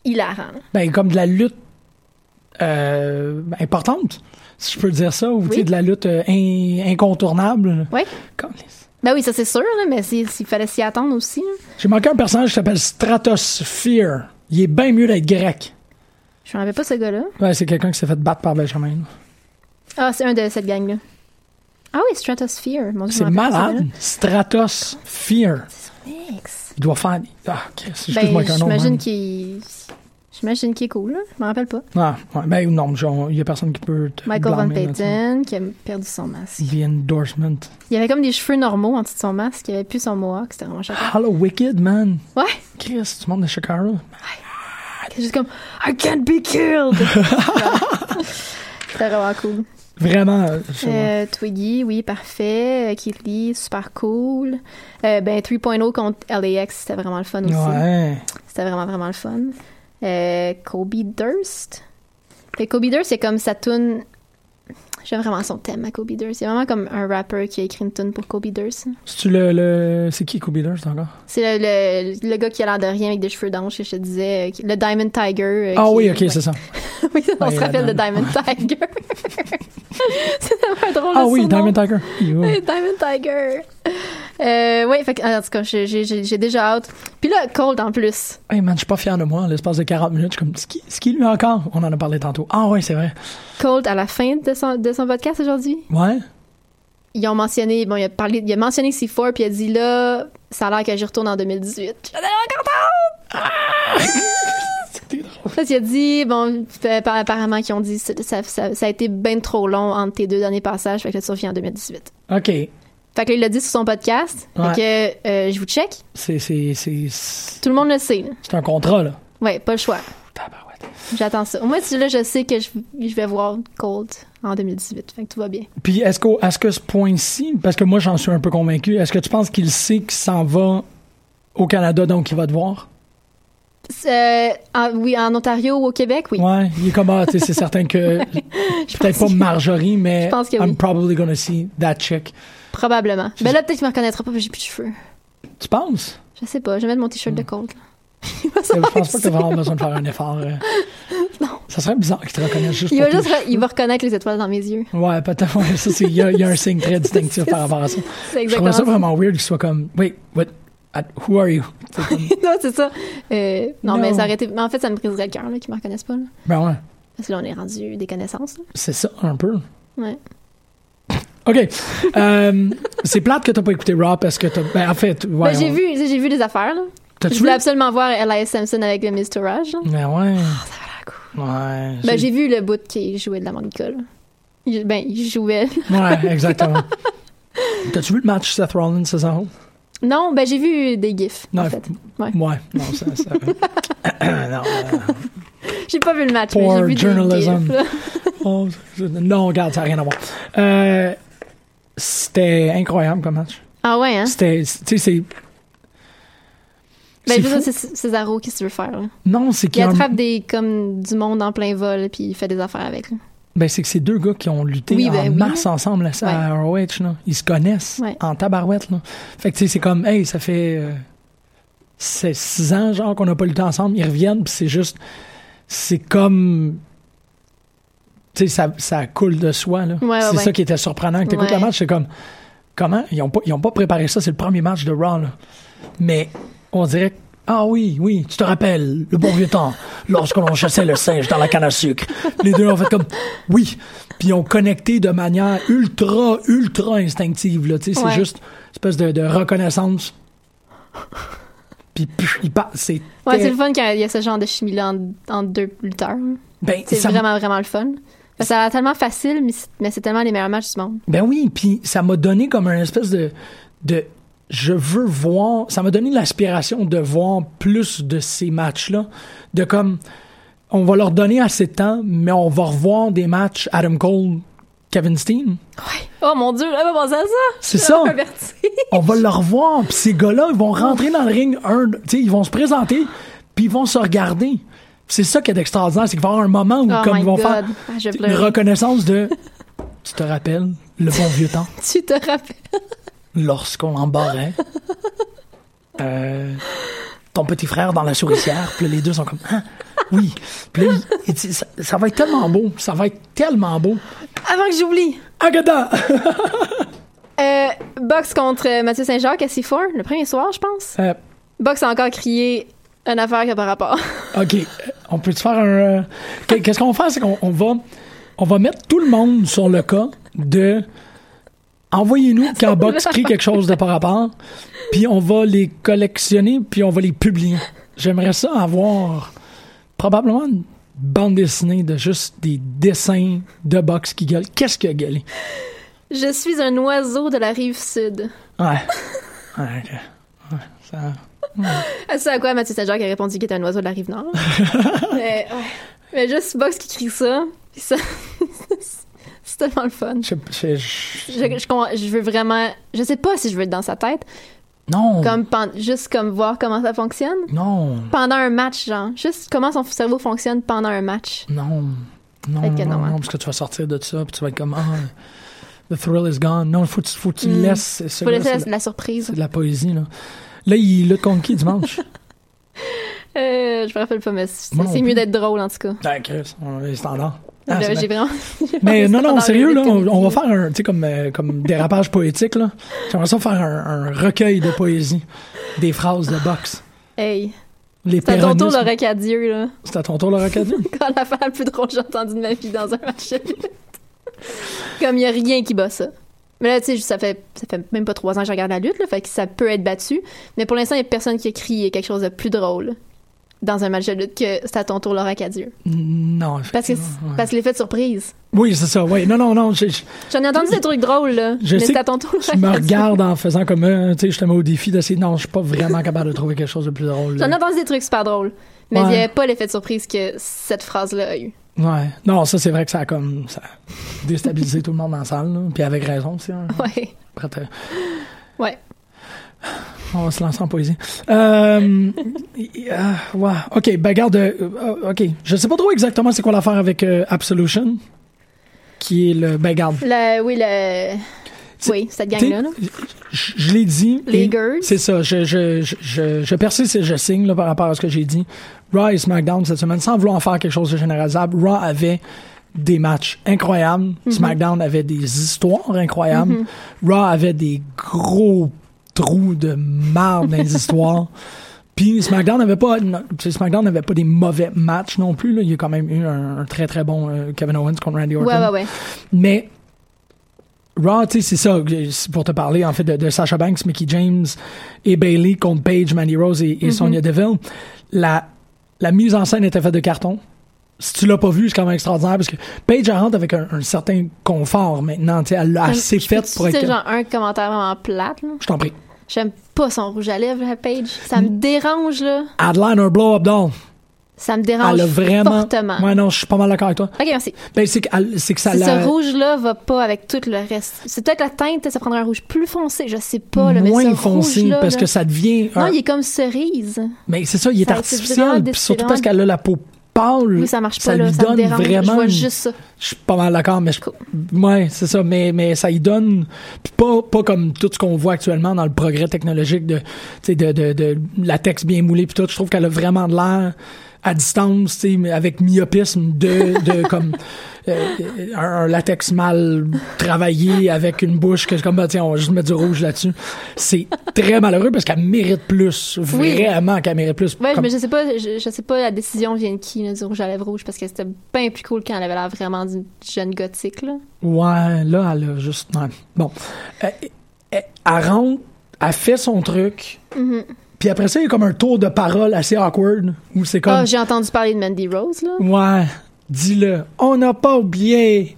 Speaker 6: hilarants.
Speaker 7: Ben, comme de la lutte euh, importante, si je peux dire ça, ou tu
Speaker 6: Oui.
Speaker 7: sais, de la lutte euh, in- incontournable.
Speaker 6: Oui.
Speaker 7: Comme-
Speaker 6: Ben oui, ça c'est sûr, là, mais c'est- il fallait s'y attendre aussi. là.
Speaker 7: J'ai manqué un personnage qui s'appelle Stratosphere. Il est bien mieux d'être grec.
Speaker 6: Je ne rappelle pas ce gars-là.
Speaker 7: Ouais, c'est quelqu'un qui s'est fait battre par Benjamin.
Speaker 6: Ah, c'est un de cette gang-là. Ah oui, Stratosphere. Mon Dieu, je
Speaker 7: C'est
Speaker 6: me rappelle pas
Speaker 7: malade. Stratosphere.
Speaker 6: ce gars-là. Ex.
Speaker 7: Il doit faire. Ah, Christ, excuse-moi
Speaker 6: Ben,
Speaker 7: qu'un nom.
Speaker 6: j'imagine
Speaker 7: hein.
Speaker 6: qu'il. J'imagine qu'il est cool, là. Je me rappelle pas.
Speaker 7: Ah, ouais, ben, non, genre, il n'y a personne qui peut. te
Speaker 6: Michael Van
Speaker 7: blâmer là-dessus.
Speaker 6: Payton, qui a perdu son masque.
Speaker 7: The endorsement.
Speaker 6: Il avait comme des cheveux normaux en dessous de son masque. Il avait plus son mohawk. C'était vraiment choquant.
Speaker 7: Hello, Wicked, man.
Speaker 6: Ouais.
Speaker 7: Chris, tu montes de Shakara.
Speaker 6: C'est juste comme I can't be killed. Ouais. C'était vraiment cool.
Speaker 7: Vraiment. euh, je-
Speaker 6: Euh, Twiggy, oui, parfait. Euh, Keith Lee, super cool. Euh, ben, 3.0 contre LAX, c'était vraiment le fun aussi.
Speaker 7: ouais.
Speaker 6: C'était vraiment, vraiment le fun. Euh, Kobe Durst. Fait que Kobe Durst, c'est comme sa tune. J'aime vraiment son thème à Kobe Durst. C'est vraiment comme un rapper qui a écrit une tune pour Kobe Durst.
Speaker 7: C'est-tu le. le... C'est qui Kobe Durst encore
Speaker 6: C'est le, le- le gars qui a l'air de rien avec des cheveux d'ange, que je te disais. euh, qui- Le Diamond Tiger. euh,
Speaker 7: Ah
Speaker 6: qui-
Speaker 7: oui, ok,
Speaker 6: ouais.
Speaker 7: c'est ça.
Speaker 6: <laughs> Oui, on
Speaker 7: Ouais,
Speaker 6: se
Speaker 7: la
Speaker 6: rappelle de
Speaker 7: dame.
Speaker 6: Diamond
Speaker 7: <laughs>
Speaker 6: Tiger. <laughs> c'est tellement drôle.
Speaker 7: Ah
Speaker 6: le
Speaker 7: oui,
Speaker 6: surnom.
Speaker 7: Diamond Tiger. Yo.
Speaker 6: Hey, Diamond Tiger. Euh, oui, fait que, en tout cas, j'ai- j'ai j'ai déjà hâte. Puis là, Cold en plus.
Speaker 7: Hey man, je suis pas fier de moi. En l'espace de 40 minutes, je suis comme. C'est qui, c'est qui lui encore On en a parlé tantôt. Ah ouais, c'est vrai.
Speaker 6: Cold à la fin de son, de son podcast aujourd'hui.
Speaker 7: Ouais.
Speaker 6: Ils ont mentionné, bon, il a parlé, il a mentionné C4 puis il a dit là, ça a l'air que j'y retourne en <laughs> 2018. J'en ai encore
Speaker 7: C'était drôle.
Speaker 6: Parce qu'il a dit, bon, fait- par- apparemment qu'ils ont dit ça, ça- ça- ça a été ben trop long entre tes deux derniers passages, fait que là, tu reviens en 2018.
Speaker 7: Ok.
Speaker 6: Fait que là, il l'a dit sur son podcast. Fait que euh, je vous check.
Speaker 7: C'est. C'est. C'est c'est
Speaker 6: Tout le monde le sait. là.
Speaker 7: un contrat, là.
Speaker 6: Ouais, pas le choix.
Speaker 7: Tabarouette.
Speaker 6: J'attends ça. Au moins, là, je sais que je, je vais voir Cold en 2018. Fait que tout va bien.
Speaker 7: Puis est-ce qu'au- est-ce que ce point-ci, parce que moi j'en suis un peu convaincu, est-ce que tu penses qu'il sait qu'il s'en va au Canada, donc il va te voir?
Speaker 6: Euh, en- oui, en Ontario ou au Québec, oui.
Speaker 7: Ouais, il est comme, ah, tu sais, c'est certain <laughs> que. Peut-être pas
Speaker 6: pense que-
Speaker 7: Marjorie, mais.
Speaker 6: Je pense que
Speaker 7: I'm
Speaker 6: oui.
Speaker 7: probably gonna see that chick.
Speaker 6: Probablement. Mais là, peut-être qu'il me reconnaîtra pas parce que j'ai plus de cheveux.
Speaker 7: Tu penses?
Speaker 6: Je sais pas, je vais mettre mon t-shirt de cold.
Speaker 7: <laughs>
Speaker 6: Il va,
Speaker 7: Hmm. Je
Speaker 6: savoir
Speaker 7: pense pas que
Speaker 6: que
Speaker 7: t'as vraiment besoin de faire un effort.
Speaker 6: <laughs>
Speaker 7: euh. Ça serait bizarre qu'il te reconnaisse juste
Speaker 6: c'est- il
Speaker 7: pour
Speaker 6: va
Speaker 7: tes
Speaker 6: juste re- il va reconnaître les étoiles dans mes yeux.
Speaker 7: cheveux. Ouais, peut-être. ouais, ça, c'est- il y, a- il y a un signe
Speaker 6: <laughs>
Speaker 7: très distinctif par rapport à ça.
Speaker 6: C'est
Speaker 7: Je trouvais
Speaker 6: exactement
Speaker 7: ça
Speaker 6: ça.
Speaker 7: vraiment weird qu'il soit comme, wait, what, at- who are you?
Speaker 6: <laughs> non, c'est ça. Euh, non,
Speaker 7: Non.
Speaker 6: mais ça aurait été- mais En fait, ça me briserait le cœur là, qu'ils me reconnaissent pas. là.
Speaker 7: Ben ouais,
Speaker 6: Parce que là, on est rendu des connaissances. là.
Speaker 7: c'est ça, un peu.
Speaker 6: Ouais. <laughs>
Speaker 7: OK. Euh, c'est plate que t'as pas écouté Raw parce que t'as. Ben, en fait, ouais.
Speaker 6: Ben, j'ai
Speaker 7: on-
Speaker 6: vu, j'ai vu des affaires. là. Je
Speaker 7: T'as-tu vu?
Speaker 6: voulais absolument voir Elias Simpson avec le Mr. Raj. là.
Speaker 7: Ben ouais.
Speaker 6: Ah, cool.
Speaker 7: Ouais.
Speaker 6: Ben, j'ai vu le bout qui jouait de la Monica. là. Il- Ben, il jouait. <laughs>
Speaker 7: Ouais, exactement. T'as-tu vu le match Seth Rollins, César Hall?
Speaker 6: Non, ben, j'ai vu des gifs.
Speaker 7: Non,
Speaker 6: en fait. Ouais.
Speaker 7: Ouais, non, ça.
Speaker 6: <laughs>
Speaker 7: ça... non, euh,
Speaker 6: J'ai pas vu le match,
Speaker 7: Poor
Speaker 6: mais j'ai vu
Speaker 7: journalism.
Speaker 6: des gifs. là.
Speaker 7: <laughs> oh, je- non, regarde, ça n'a rien à voir. Euh, c'était incroyable comme match.
Speaker 6: Ah ouais, hein?
Speaker 7: C'était. Tu sais, c'est.
Speaker 6: Ben,
Speaker 7: c'est
Speaker 6: je veux dire,
Speaker 7: fou.
Speaker 6: c'est c'est Cesaro, qu'est-ce que tu veux faire? là?
Speaker 7: Non, c'est
Speaker 6: Il
Speaker 7: qu'il y a un-
Speaker 6: attrape des, comme, du monde en plein vol, puis il fait des affaires avec. là.
Speaker 7: Ben, c'est que ces deux gars qui ont lutté
Speaker 6: Oui,
Speaker 7: en
Speaker 6: ben oui,
Speaker 7: masse ensemble à, à ROH, là. ils se connaissent
Speaker 6: Ouais.
Speaker 7: en tabarouette. Là. Fait que tu sais, c'est comme, hey, ça fait euh, c'est six ans genre qu'on n'a pas lutté ensemble, ils reviennent, puis c'est juste, c'est comme, tu sais, ça, ça coule de soi. là.
Speaker 6: Ouais, ouais,
Speaker 7: c'est
Speaker 6: ouais.
Speaker 7: ça qui était surprenant. Quand t'écoutes
Speaker 6: Ouais.
Speaker 7: le match, c'est comme, comment? Ils n'ont pas, ils ont pas préparé ça, c'est le premier match de Raw. là. Mais on dirait que ah oui, oui, tu te rappelles, le bon vieux temps, lorsqu'on chassait le singe dans la canne à sucre. Les deux ont fait comme, oui. Puis ils ont connecté de manière ultra, ultra instinctive. Là, tu sais,
Speaker 6: Ouais.
Speaker 7: C'est juste une espèce de, de reconnaissance. Puis pff, ils partent. C'est
Speaker 6: Ouais,
Speaker 7: ter-
Speaker 6: c'est le fun quand il y a ce genre de chimie-là en- entre deux lutteurs.
Speaker 7: ben,
Speaker 6: C'est
Speaker 7: ça me-
Speaker 6: vraiment, vraiment le fun. Parce que Ça a l'air tellement facile, mais c'est- mais c'est tellement les meilleurs matchs du monde.
Speaker 7: Ben oui, puis ça m'a donné comme un espèce de, de je veux voir, ça m'a donné l'aspiration de voir plus de ces matchs-là, de comme on va leur donner assez de temps, mais on va revoir des matchs Adam Cole Kevin Steen.
Speaker 6: Oh mon dieu, j'avais pas pensé à ça.
Speaker 7: C'est ça.
Speaker 6: <laughs> Converti.
Speaker 7: On va le revoir. Puis ces gars-là, ils vont rentrer dans le ring. Un, tu sais, ils vont se présenter, puis ils vont se regarder. C'est ça qui est extraordinaire, c'est qu'il va y avoir un moment où,
Speaker 6: Oh
Speaker 7: comme
Speaker 6: my
Speaker 7: ils vont
Speaker 6: God.
Speaker 7: faire
Speaker 6: Ah, je vais
Speaker 7: une
Speaker 6: pleurer.
Speaker 7: reconnaissance de. Tu te rappelles le bon vieux temps,
Speaker 6: Tu te rappelles?
Speaker 7: lorsqu'on embarrait euh, ton petit frère dans la souricière, puis là, les deux sont comme. Ah, oui. Puis là, il- il dit, ça, ça va être tellement beau, ça va être tellement beau.
Speaker 6: Avant que j'oublie.
Speaker 7: Agada!
Speaker 6: Euh, box contre euh, Mathieu Saint-Jacques à C4, le premier soir, je pense.
Speaker 7: Euh,
Speaker 6: Box a encore crié une affaire qui a pas rapport. <laughs>
Speaker 7: OK. euh, On peut se faire un. euh, qu'est- Qu'est-ce qu'on va faire? C'est qu'on on va, on va mettre tout le monde sur le cas de. Envoyez-nous quand Box crie quelque chose de par rapport, puis on va les collectionner, puis on va les publier. J'aimerais ça avoir probablement une bande dessinée de juste des dessins de Box qui gueule. Qu'est-ce qu'il a gueulé?
Speaker 6: Je suis un oiseau de la rive sud.
Speaker 7: Ouais. Ouais, ok. Ouais, ça-
Speaker 6: À ce à quoi Mathieu Saint-Jacques a répondu qu'il était un oiseau de la rive
Speaker 7: <laughs>
Speaker 6: nord. mais, ouais. mais juste Box qui crie ça, puis ça. <laughs> c'est tellement le fun.
Speaker 7: je- je- je-
Speaker 6: Je, je, com- je veux vraiment. Je sais pas si je veux être dans sa tête.
Speaker 7: non.
Speaker 6: Comme pen- juste comme voir comment ça fonctionne.
Speaker 7: Non.
Speaker 6: Pendant un match, genre. Juste comment son cerveau fonctionne pendant un match.
Speaker 7: Non. Non,
Speaker 6: Fait que
Speaker 7: non,
Speaker 6: non,
Speaker 7: non,
Speaker 6: hein.
Speaker 7: parce que tu vas sortir de ça, puis tu vas être comme, ah, the thrill is gone. Non, il faut, que tu- faut que tu
Speaker 6: Mm.
Speaker 7: laisses. ce
Speaker 6: Faut
Speaker 7: gars-là,
Speaker 6: laisser
Speaker 7: c'est,
Speaker 6: la,
Speaker 7: de,
Speaker 6: la
Speaker 7: c'est
Speaker 6: surprise.
Speaker 7: de la poésie, là. Là, il lutte contre
Speaker 6: <laughs>
Speaker 7: qui dimanche?
Speaker 6: Euh, je me rappelle pas, mais c'est
Speaker 7: Moi non
Speaker 6: c'est
Speaker 7: plus.
Speaker 6: mieux d'être drôle en tout cas.
Speaker 7: ah, Chris, on a les standards. Ah,
Speaker 6: Là,
Speaker 7: c'est
Speaker 6: Ben, J'ai
Speaker 7: bien.
Speaker 6: vraiment.
Speaker 7: Mais non, non,
Speaker 6: standards
Speaker 7: sérieux, là,
Speaker 6: de
Speaker 7: on, on va
Speaker 6: comédie.
Speaker 7: faire un, tu sais, comme, euh, comme dérapage poétique, là. J'aimerais ça faire un, un recueil de poésie, des phrases de boxe.
Speaker 6: Hey.
Speaker 7: Les
Speaker 6: C'est à ton tour
Speaker 7: péronismes.
Speaker 6: le recadieux, là.
Speaker 7: C'est à ton tour, le recadieux?
Speaker 6: <laughs> Quand l'affaire la plus drôle que j'ai entendue de ma vie dans un match de lutte. Comme il y a rien qui bat ça. Mais là, tu sais, ça fait, ça fait même pas trois ans que je regarde la lutte, là, fait que ça peut être battu. Mais pour l'instant, il y a personne qui a crié quelque chose de plus drôle dans un match de lutte que c'est à ton tour, Laura Cadieux.
Speaker 7: non,
Speaker 6: Parce que,
Speaker 7: effectivement, ouais.
Speaker 6: parce que l'effet de surprise.
Speaker 7: Oui, c'est ça, oui. Non, non, non, j'ai- j'ai-
Speaker 6: J'en ai entendu des trucs drôles, là.
Speaker 7: Je
Speaker 6: mais
Speaker 7: sais
Speaker 6: c'est à ton tour, Laura
Speaker 7: Tu me
Speaker 6: Cadieux.
Speaker 7: regardes en faisant comme euh, tu sais, je te mets au défi d'essayer. Non, je suis pas vraiment capable de trouver quelque chose de plus drôle. là.
Speaker 6: J'en ai entendu des trucs super drôles. Mais il
Speaker 7: Ouais.
Speaker 6: n'y avait pas l'effet de surprise que cette phrase-là a eu.
Speaker 7: Ouais. Non, ça c'est vrai que ça a comme ça a déstabilisé tout le monde dans la salle, là. puis avec raison, tu sais. hein.
Speaker 6: Ouais.
Speaker 7: Après, t'as-
Speaker 6: Ouais.
Speaker 7: On va se lancer en poésie. Euh, euh, ouais. Ok, ben garde. ok, je sais pas trop exactement c'est quoi l'affaire avec euh, Absolution, qui est le ben garde.
Speaker 6: La- oui, la-
Speaker 7: C'est-
Speaker 6: oui, cette gang-là. là.
Speaker 7: T'sais, Je, je l'ai dit.
Speaker 6: Les
Speaker 7: et
Speaker 6: girls.
Speaker 7: C'est ça. Je, je, je- je, je persiste et je signe là, par rapport à ce que j'ai dit. Raw et SmackDown cette semaine, sans vouloir en faire quelque chose de généralisable, Raw avait des matchs incroyables.
Speaker 6: Mm-hmm.
Speaker 7: SmackDown avait des histoires incroyables. Raw avait des gros trous de marde dans
Speaker 6: <laughs>
Speaker 7: les histoires. Puis SmackDown n'avait pas, non, tu sais, SmackDown n'avait pas des mauvais matchs non plus. Là. Il y a quand même eu un, un très très bon euh, Kevin Owens contre Randy Orton.
Speaker 6: Ouais, ouais, ouais.
Speaker 7: Mais Raw, tu sais, c'est ça, c'est pour te parler en fait de, de Sasha Banks, Mickey James et Bailey contre Paige, Mandy Rose et, et
Speaker 6: Mhm.
Speaker 7: Sonya Deville. La, la mise en scène était faite de carton. Si tu l'as pas vu, c'est quand même extraordinaire parce que Paige elle rentre avec un, un certain confort maintenant. tu sais, Elle l'a assez
Speaker 6: Ben, Je
Speaker 7: faite
Speaker 6: peux-tu
Speaker 7: pour être.
Speaker 6: dire, genre un commentaire vraiment plate, là?
Speaker 7: Je t'en prie.
Speaker 6: J'aime pas son rouge à lèvres, la page. Ça me
Speaker 7: Mm.
Speaker 6: dérange, là.
Speaker 7: Adeline, un blow-up doll.
Speaker 6: Ça me dérange
Speaker 7: Elle a vraiment.
Speaker 6: fortement.
Speaker 7: Ouais, non, je suis pas mal d'accord avec toi.
Speaker 6: Ok, merci.
Speaker 7: Ben, c'est que, elle- c'est que ça
Speaker 6: Si
Speaker 7: la-
Speaker 6: ce rouge-là va pas avec tout le reste. C'est peut-être la teinte, ça prendrait un rouge plus foncé, je sais pas, là, mais
Speaker 7: moins
Speaker 6: ce
Speaker 7: foncé
Speaker 6: rouge-là,
Speaker 7: parce
Speaker 6: là-
Speaker 7: que ça devient.
Speaker 6: Non,
Speaker 7: un- Mm.
Speaker 6: il est comme cerise.
Speaker 7: Mais c'est ça, il est
Speaker 6: Ça, c'est vraiment
Speaker 7: artificiel, puis surtout
Speaker 6: décédent.
Speaker 7: parce qu'elle a la peau pâle.
Speaker 6: Oui, ça marche pas, là.
Speaker 7: lui
Speaker 6: ça
Speaker 7: donne
Speaker 6: me dérange. Je
Speaker 7: vraiment.
Speaker 6: vois
Speaker 7: une-
Speaker 6: juste ça.
Speaker 7: Je suis pas mal d'accord, mais je... ouais, c'est ça, mais mais ça y donne puis pas pas comme tout ce qu'on voit actuellement dans le progrès technologique de tu sais de, de de latex bien moulé puis tout. Je trouve qu'elle a vraiment de l'air à distance, tu sais, mais avec myopisme de
Speaker 6: <laughs>
Speaker 7: de comme euh, un, un latex mal travaillé avec une bouche que comme bah, tiens, on va juste mettre du rouge là-dessus. C'est très malheureux parce qu'elle mérite plus,
Speaker 6: Oui.
Speaker 7: vraiment qu'elle mérite plus.
Speaker 6: Ouais,
Speaker 7: Comme-
Speaker 6: mais je sais pas, je, je sais pas la décision vient de qui, là, du rouge à lèvres rouge, parce que c'était bien plus cool quand elle avait l'air vraiment d'une jeune gothique, là.
Speaker 7: Ouais, là, elle a juste. ouais. Bon. Elle, elle- elle rentre, elle fait son truc. Puis après ça, il y a comme un tour de parole assez awkward où c'est
Speaker 6: Ah,
Speaker 7: comme.
Speaker 6: j'ai entendu parler de Mandy Rose, là.
Speaker 7: ouais, dis-le. On n'a pas oublié.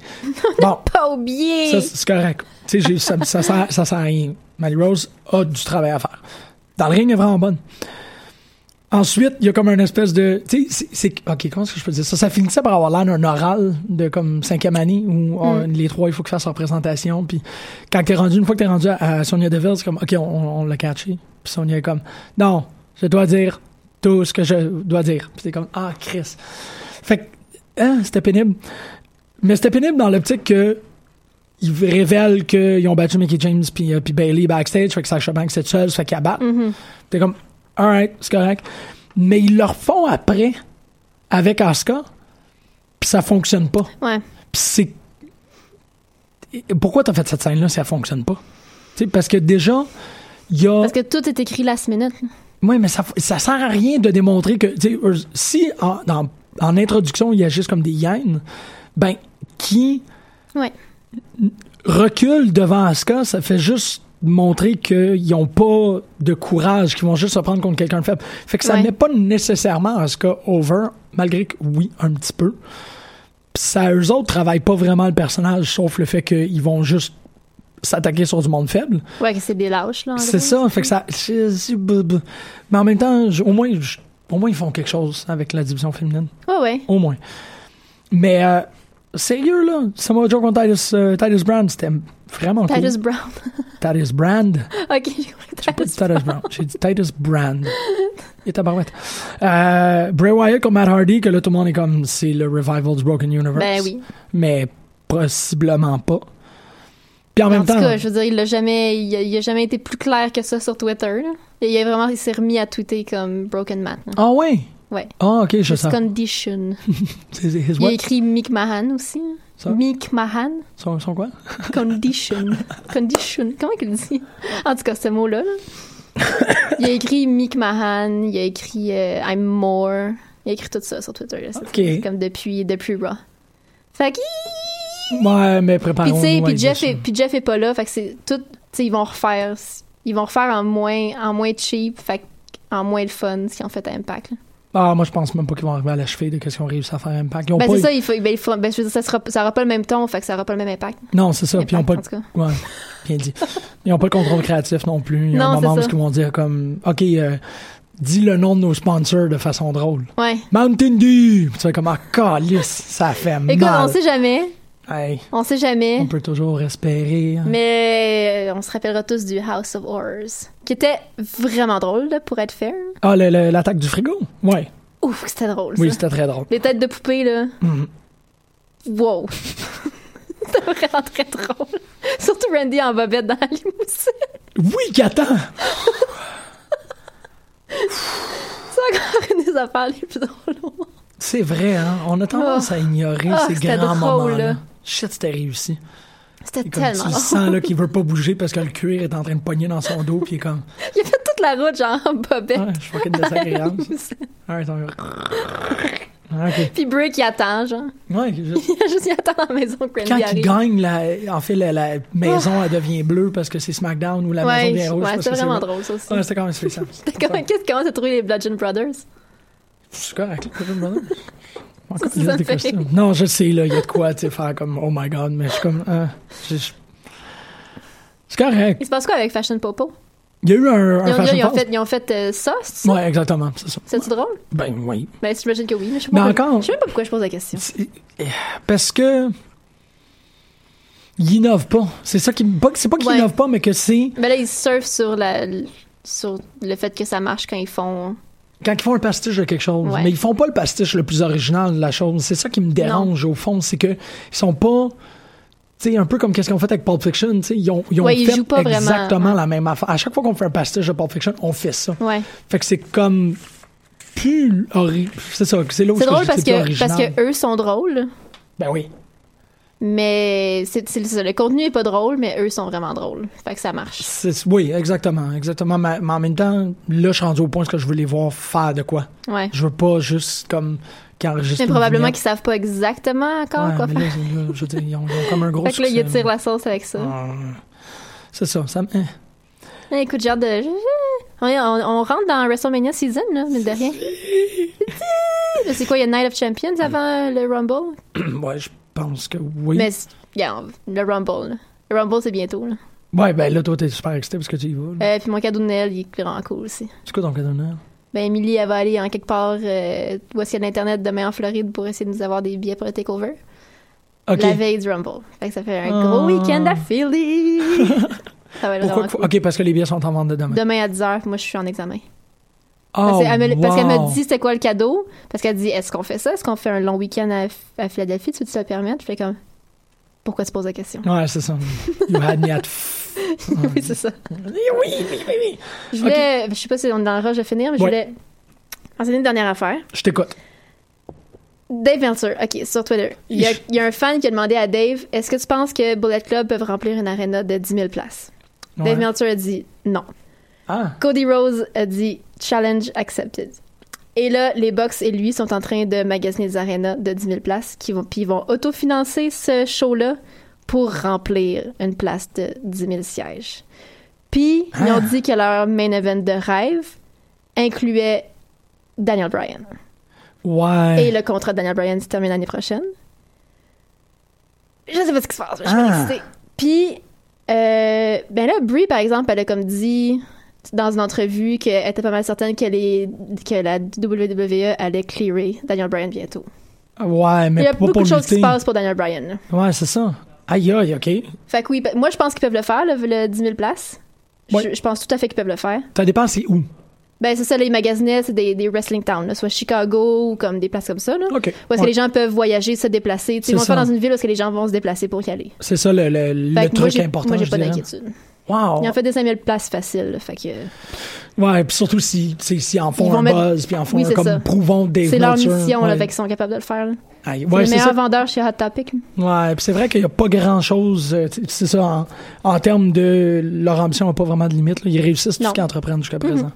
Speaker 7: bon,
Speaker 6: Pas oublié!
Speaker 7: ça, c'est correct. Tu sais, j'ai- ça, ça, sert- ça sert à rien. Mally Rose a du travail à faire. Dans le ring, elle est vraiment bonne. Ensuite, il y a comme une espèce de. Tu sais, c'est- c'est. Ok, comment est-ce que je peux dire ça? Ça finissait par avoir l'air d'un oral de comme cinquième année où oh, les trois, il faut qu'ils fassent leur présentation. Puis quand t'es rendu, une fois que t'es rendu à, à Sonia Deville, c'est comme, ok, on, on l'a catché. Puis Sonia est comme, non, je dois dire tout ce que je dois dire. Puis t'es comme, ah, Chris. Fait que, hein, c'était pénible. Mais c'était pénible dans l'optique que ils révèlent qu'ils ont battu Mickey James puis, euh, puis Bailey backstage, fait que Sasha Banks est seule, ça fait qu'elle bat.
Speaker 6: Mm-hmm.
Speaker 7: T'es comme, alright, c'est correct. Mais ils le refont après avec Asuka, puis ça fonctionne pas.
Speaker 6: Ouais.
Speaker 7: Puis c'est. Et Pourquoi t'as fait cette scène-là si elle fonctionne pas? Tu sais, parce que déjà, il y a.
Speaker 6: Parce que tout est écrit last minute.
Speaker 7: Oui, mais ça, ça sert à rien de démontrer que, tu sais, eux- si en, dans- en introduction, ils agissent comme des hyènes, ben, qui
Speaker 6: Ouais.
Speaker 7: recule devant Asuka, ça fait juste montrer qu'ils n'ont pas de courage, qu'ils vont juste se prendre contre quelqu'un de faible. Fait que ça
Speaker 6: Ouais.
Speaker 7: met pas nécessairement Asuka over, malgré que oui, un petit peu. Puis ça, eux autres travaillent pas vraiment le personnage, sauf le fait qu'ils vont juste s'attaquer sur du monde faible.
Speaker 6: Ouais, que c'est des lâches, là. en
Speaker 7: C'est
Speaker 6: gros.
Speaker 7: ça, fait que ça. c'est- c'est- b- b- Mais en même temps, je- au moins, je- au moins ils font quelque chose avec la division féminine.
Speaker 6: Ouais, ouais.
Speaker 7: Au moins. Mais euh, sérieux, là, Samoa Joe contre Titus, euh, Titus Brand, c'était vraiment cool.
Speaker 6: Titus Brown. <laughs>
Speaker 7: Titus Brand.
Speaker 6: ok, j'ai compris.
Speaker 7: J'ai pas dit Titus Brand, j'ai dit Titus Brand. Il est tabarouette. Euh, Bray Wyatt contre Matt Hardy, que là, tout le monde est comme, c'est le revival du Broken Universe.
Speaker 6: Ben oui.
Speaker 7: Mais possiblement pas. Puis en
Speaker 6: En
Speaker 7: même
Speaker 6: tout
Speaker 7: temps.
Speaker 6: cas, je veux dire, il a jamais, il a, il a jamais été plus clair que ça sur Twitter. là. Et il a vraiment, il s'est remis à tweeter comme Broken Matt. là.
Speaker 7: Ah ouais?
Speaker 6: Ouais.
Speaker 7: Ah, ok, je
Speaker 6: His
Speaker 7: sais.
Speaker 6: condition.
Speaker 7: C'est- c'est his
Speaker 6: Il
Speaker 7: what?
Speaker 6: a écrit Mick Mahan aussi. hein.
Speaker 7: Ça?
Speaker 6: Mick Mahan.
Speaker 7: Son, son quoi?
Speaker 6: Condition. Condition. Comment qu'il dit? En tout cas, ce mot-là. là. Il a écrit Mick Mahan. Il a écrit euh, I'm More. Il a écrit tout ça sur Twitter. là, cette
Speaker 7: Ok.
Speaker 6: semaine, Comme depuis, depuis Raw. Fait que
Speaker 7: Ouais, mais
Speaker 6: Puis tu
Speaker 7: préparons-nous.
Speaker 6: sais,
Speaker 7: à
Speaker 6: puis
Speaker 7: être
Speaker 6: Jeff,
Speaker 7: déçus.
Speaker 6: est- puis Jeff est pas là, fait que c'est tout. Tu sais, ils vont refaire, ils vont refaire en moins, en moins cheap, fait que en moins le fun, ce qu'ils ont fait à Impact. là.
Speaker 7: Ah, moi, je pense même pas qu'ils vont arriver à la cheville de qu'est-ce qu'ils ont réussi à faire à Impact. Ils ont
Speaker 6: Ben
Speaker 7: pas
Speaker 6: c'est
Speaker 7: eu-
Speaker 6: ça, il faut, ben, il faut- ben, je veux dire, ça sera, ça aura pas le même ton, fait que ça aura pas le même impact.
Speaker 7: Non, c'est ça. Puis ils ont pas.
Speaker 6: Impact, en tout
Speaker 7: Ouais, bien dit. Ils ont pas le contrôle créatif non plus. Il y a
Speaker 6: Non,
Speaker 7: un moment
Speaker 6: c'est
Speaker 7: où
Speaker 6: ça.
Speaker 7: ils vont dire comme, OK, euh, dis le nom de nos sponsors de façon drôle.
Speaker 6: Ouais.
Speaker 7: Mountain Dew! Tu sais, comme, ah, calice, ça fait mal.
Speaker 6: Écoute, on sait jamais,
Speaker 7: Hey,
Speaker 6: on sait jamais,
Speaker 7: on peut toujours espérer. hein.
Speaker 6: mais euh, on se rappellera tous du House of Horrors, qui était vraiment drôle, là, pour être fair.
Speaker 7: Ah, le- le- l'attaque du frigo? Ouais.
Speaker 6: Ouf, que c'était drôle,
Speaker 7: Oui,
Speaker 6: ça.
Speaker 7: c'était Mhm. très drôle.
Speaker 6: Les têtes de poupées, là. Wow. <laughs> c'était vraiment très drôle. Surtout Randy en bobette dans la limousine.
Speaker 7: Oui, qu'attends!
Speaker 6: C'est encore une des affaires les plus drôles au monde.
Speaker 7: C'est vrai, hein? On a tendance à ignorer
Speaker 6: Ah,
Speaker 7: ces
Speaker 6: c'était
Speaker 7: grands
Speaker 6: drôle,
Speaker 7: moments-là.
Speaker 6: là.
Speaker 7: Shit, c'était réussi.
Speaker 6: C'était
Speaker 7: Comme
Speaker 6: tellement
Speaker 7: tu le
Speaker 6: drôle.
Speaker 7: sens là qu'il veut pas bouger parce que le cuir est en train de pogner dans son dos puis il est comme
Speaker 6: <laughs> Il a fait toute la route, genre, en bobette.
Speaker 7: ah, je suis
Speaker 6: <laughs>
Speaker 7: fucking désagréable. Alright, on va- Ah, OK.
Speaker 6: Puis Brick, il attend, genre. <laughs>
Speaker 7: Ouais, juste-
Speaker 6: Il a juste, il attend dans la maison que
Speaker 7: quand
Speaker 6: Randy
Speaker 7: il
Speaker 6: arrive.
Speaker 7: gagne la en fait la, la maison elle devient bleue parce que c'est SmackDown ou la maison
Speaker 6: Ah. ouais,
Speaker 7: devient
Speaker 6: ouais
Speaker 7: rouge. parce
Speaker 6: c'était
Speaker 7: que
Speaker 6: vraiment
Speaker 7: bleu.
Speaker 6: drôle, ça aussi.
Speaker 7: Ouais, c'était quand
Speaker 6: <laughs>
Speaker 7: même spécial.
Speaker 6: C'était comment, qu'est-ce, comment t'as trouvé les Bludgeon Brothers?
Speaker 7: C'est correct, le
Speaker 6: <laughs>
Speaker 7: Cousin Brothers. Encore,
Speaker 6: Ça,
Speaker 7: il y a
Speaker 6: ça
Speaker 7: des
Speaker 6: fait
Speaker 7: costumes. Non, je sais, là, il y a de quoi, tu sais, faire comme, oh my god, mais je suis comme, ah, je- je- c'est correct.
Speaker 6: Il se passe quoi avec Fashion Popo?
Speaker 7: Il y a eu un, un
Speaker 6: Ils ont,
Speaker 7: fashion
Speaker 6: ils ont
Speaker 7: post.
Speaker 6: fait, ils ont fait euh, ça, c'est ça?
Speaker 7: Ouais, exactement, c'est ça.
Speaker 6: C'est-tu drôle?
Speaker 7: Ben oui.
Speaker 6: Ben, j'imagine que oui, mais je sais
Speaker 7: Mais
Speaker 6: pas. pourquoi-
Speaker 7: encore-
Speaker 6: Je sais même pas pourquoi je pose la question.
Speaker 7: C'est- Parce que. Ils innovent pas. C'est ça qui. me- pas- C'est pas qu'ils
Speaker 6: Ouais.
Speaker 7: innovent pas, mais que c'est.
Speaker 6: Mais Ben là, ils surfent sur, la, sur le fait que ça marche quand ils font. hein.
Speaker 7: Quand ils font le pastiche de quelque chose.
Speaker 6: Ouais.
Speaker 7: Mais ils font pas le pastiche le plus original de la chose. C'est ça qui me dérange, au fond. C'est que. Ils sont pas. Tu sais, un peu comme qu'est-ce qu'on fait avec Pulp Fiction. tu sais, Ils ont, ils ont
Speaker 6: Ouais, ils
Speaker 7: fait
Speaker 6: jouent pas vraiment,
Speaker 7: exactement
Speaker 6: ouais.
Speaker 7: la même affaire. À chaque fois qu'on fait un pastiche de Pulp Fiction, on fait ça.
Speaker 6: Ouais.
Speaker 7: Fait que c'est comme. Plus. ori- C'est ça. C'est là où
Speaker 6: C'est
Speaker 7: je-
Speaker 6: drôle
Speaker 7: je-
Speaker 6: parce
Speaker 7: plus
Speaker 6: que,
Speaker 7: original.
Speaker 6: parce que eux sont drôles.
Speaker 7: Ben oui.
Speaker 6: Mais c'est c'est ça. Le contenu est pas drôle, mais eux sont vraiment drôles. Fait que ça marche.
Speaker 7: C'est- Oui, exactement, exactement. Mais, mais en même temps, là, je suis rendu au point que je veux les voir faire de quoi.
Speaker 6: Ouais.
Speaker 7: Je veux pas juste comme qu'ils enregistrent.
Speaker 6: Mais
Speaker 7: une
Speaker 6: probablement qu'ils
Speaker 7: vignette.
Speaker 6: savent pas exactement encore
Speaker 7: Ouais,
Speaker 6: quoi
Speaker 7: mais
Speaker 6: faire.
Speaker 7: là, là, je veux dire, ils ont, ils ont comme un gros
Speaker 6: Fait que là, ils
Speaker 7: succès.
Speaker 6: tirent la sauce avec ça.
Speaker 7: Ah, C'est ça, ça me- eh.
Speaker 6: Eh, écoute, j'ai hâte de. je- je- On, on- on rentre dans WrestleMania Season, là, mais de rien.
Speaker 7: <laughs>
Speaker 6: Là, c'est quoi, il y a Night of Champions avant le Rumble?
Speaker 7: hein. <clears throat> Ouais, je pense que oui.
Speaker 6: Mais, c'est- regarde, le Rumble, là. Le Rumble, c'est bientôt, là.
Speaker 7: Mm. Ouais, ben là, toi, t'es super excité parce que tu y vas. là.
Speaker 6: Euh, puis mon cadeau de Noël, il est vraiment cool aussi.
Speaker 7: C'est quoi ton cadeau de Noël?
Speaker 6: ben Emily, elle va aller en quelque part euh, où est-ce qu'il y a de l'Internet demain en Floride pour essayer de nous avoir des billets pour le takeover.
Speaker 7: OK. Ah.
Speaker 6: La veille du Rumble. Fait que ça fait un gros week-end à
Speaker 7: <laughs>
Speaker 6: Philly. ça va être
Speaker 7: Pourquoi
Speaker 6: vraiment
Speaker 7: faut-
Speaker 6: cool.
Speaker 7: OK, parce que les billets sont en vente de demain.
Speaker 6: Demain à 10h, moi je suis en examen.
Speaker 7: Oh,
Speaker 6: Parce que- elle me- parce qu'elle
Speaker 7: wow.
Speaker 6: me dit c'était quoi le cadeau. Parce qu'elle dit est-ce qu'on fait ça Est-ce qu'on fait un long week-end à, à Philadelphie Tu veux te le permettre Je fais comme pourquoi tu poses la question <laughs>
Speaker 7: Ouais, c'est ça. You had me at...
Speaker 6: Oui, c'est ça.
Speaker 7: Oui, oui, oui, oui.
Speaker 6: Je voulais, je sais pas si on est dans le rush de finir, mais je
Speaker 7: Ouais.
Speaker 6: voulais enseigner une dernière affaire.
Speaker 7: Je t'écoute.
Speaker 6: Dave Venture, ok, sur Twitter. Il y, a, il y a un fan qui a demandé à Dave est-ce que tu penses que Bullet Club peuvent remplir une arena de 10 000 places Dave
Speaker 7: Ouais.
Speaker 6: Venture a dit non.
Speaker 7: Ah,
Speaker 6: Cody Rose a dit challenge accepted. Et là, les Bucks et lui sont en train de magasiner des arénas de 10 000 places, qui vont, puis ils vont autofinancer ce show-là pour remplir une place de 10 000 sièges. Puis, ils ont dit que leur main event de rêve incluait Daniel Bryan.
Speaker 7: ouais.
Speaker 6: Et le contrat de Daniel Bryan se termine l'année prochaine. Je sais pas ce qui se passe, mais je suis
Speaker 7: Ah.
Speaker 6: excitée. Puis, euh, ben là, Brie, par exemple, elle a comme dit dans une entrevue qu'elle était pas mal certaine que, les, que la WWE allait clearer Daniel Bryan bientôt.
Speaker 7: Ouais, mais
Speaker 6: Il y a
Speaker 7: pas
Speaker 6: beaucoup
Speaker 7: pour
Speaker 6: de choses qui se
Speaker 7: lutter.
Speaker 6: passent pour Daniel Bryan. là.
Speaker 7: Ouais, c'est ça. Aïe, aïe, OK.
Speaker 6: Fait que oui, ben, moi, je pense qu'ils peuvent le faire, le, le 10 000 places. Je-
Speaker 7: Ouais.
Speaker 6: Je, pense tout à fait qu'ils peuvent le faire.
Speaker 7: Ça dépend, c'est où.
Speaker 6: Ben, c'est ça, les magasinaient, c'est des, des wrestling towns, là, soit Chicago ou comme des places comme ça. Là.
Speaker 7: OK.
Speaker 6: Où est-ce
Speaker 7: Ouais.
Speaker 6: que les gens peuvent voyager, se déplacer. Tu sais, Ils vont
Speaker 7: C'est
Speaker 6: pas
Speaker 7: ça.
Speaker 6: dans une ville où est-ce que les gens vont se déplacer pour y aller.
Speaker 7: C'est ça le, le, le
Speaker 6: Fait que moi,
Speaker 7: truc
Speaker 6: j'ai-
Speaker 7: important.
Speaker 6: Moi, j'ai
Speaker 7: je
Speaker 6: pas
Speaker 7: dirais. Oh.
Speaker 6: d'inquiétude.
Speaker 7: Wow.
Speaker 6: Ils ont fait des 5000 places faciles. là, Fait que euh,
Speaker 7: Ouais, puis surtout si, tu sais, s'ils en font
Speaker 6: Ils vont
Speaker 7: un
Speaker 6: mettre-
Speaker 7: buzz, puis en font
Speaker 6: Oui,
Speaker 7: un
Speaker 6: c'est
Speaker 7: comme
Speaker 6: ça.
Speaker 7: prouvons Dave
Speaker 6: c'est leur
Speaker 7: Meltzer.
Speaker 6: mission, là,
Speaker 7: Ouais.
Speaker 6: fait qu'ils sont capables de le faire. là.
Speaker 7: Aïe,
Speaker 6: C'est
Speaker 7: ouais,
Speaker 6: le
Speaker 7: c'est
Speaker 6: meilleur
Speaker 7: ça.
Speaker 6: vendeur chez Hot Topic.
Speaker 7: Ouais, puis c'est vrai qu'il n'y a pas grand-chose, euh, tu- c'est ça, en, en termes de leur ambition n'a pas vraiment de limite. là. Ils réussissent tout
Speaker 6: Non. Mm-hmm.
Speaker 7: ce qu'ils entreprennent jusqu'à présent.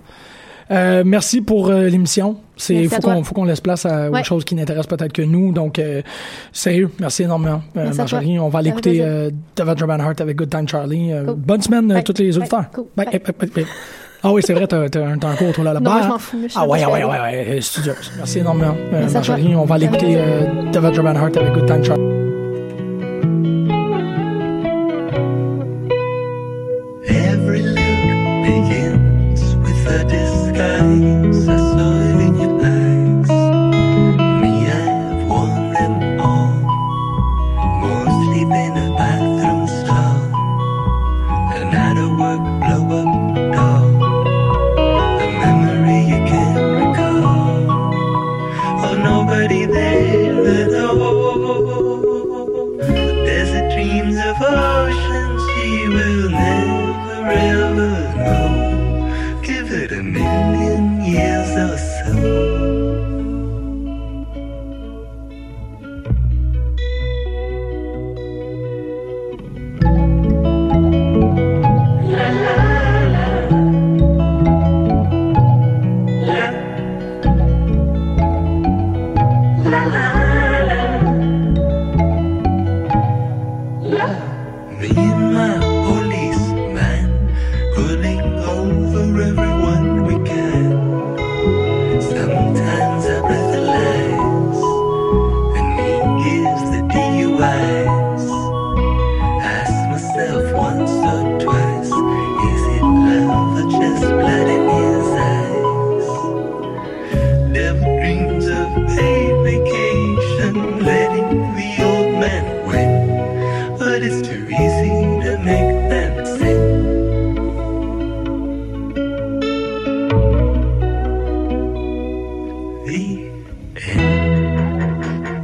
Speaker 7: Euh, merci pour euh, l'émission. C'est
Speaker 6: Merci à
Speaker 7: faut
Speaker 6: toi.
Speaker 7: qu'on faut qu'on laisse place à, aux
Speaker 6: Ouais.
Speaker 7: choses qui n'intéressent peut-être que nous. Donc euh, sérieux, merci énormément, euh,
Speaker 6: Merci à
Speaker 7: Marjorie.
Speaker 6: toi.
Speaker 7: On va
Speaker 6: Ça
Speaker 7: aller
Speaker 6: fait
Speaker 7: écouter
Speaker 6: plaisir.
Speaker 7: euh, Devendra Banhart avec Good Time Charlie. Euh,
Speaker 6: Cool.
Speaker 7: Bonne semaine à
Speaker 6: Bye.
Speaker 7: tous les
Speaker 6: Bye.
Speaker 7: auditeurs.
Speaker 6: Cool.
Speaker 7: Bye.
Speaker 6: Bye.
Speaker 7: Eh, eh, eh, eh. Ah oui, c'est vrai, t'as t'as un t'as un cours toi là là-bas.
Speaker 6: Non, moi, je m'en fous, je sais
Speaker 7: ah
Speaker 6: pas
Speaker 7: ouais,
Speaker 6: ce
Speaker 7: ah
Speaker 6: que
Speaker 7: ouais,
Speaker 6: je
Speaker 7: ouais,
Speaker 6: fais.
Speaker 7: ouais, studieuse. Merci énormément, euh,
Speaker 6: Merci à toi.
Speaker 7: Marjorie. On va aller
Speaker 6: Ça fait
Speaker 7: écouter euh, Devendra Banhart avec Good Time Charlie.
Speaker 9: Every look begins with a disguise. I saw it in your eyes. Me, I've worn them all. Mostly been a bathroom stall, an out of work blow up doll, a memory you can't recall. Oh, nobody there at all. Desert dreams of oceans she will never ever know. Give it a million years or so. Me and my policeman pulling over everyone we can. Sometimes I breathalyze, and he gives the DUIs. Ask myself once or twice, is it love or just blood in his eyes? Devil dreams of a vacation, letting the old man win. But it's too easy to make them sit. The end.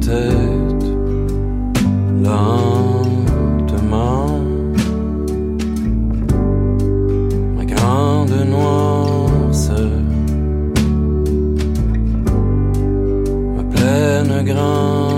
Speaker 5: tête lentement. Ma grande nuance, ma pleine grande.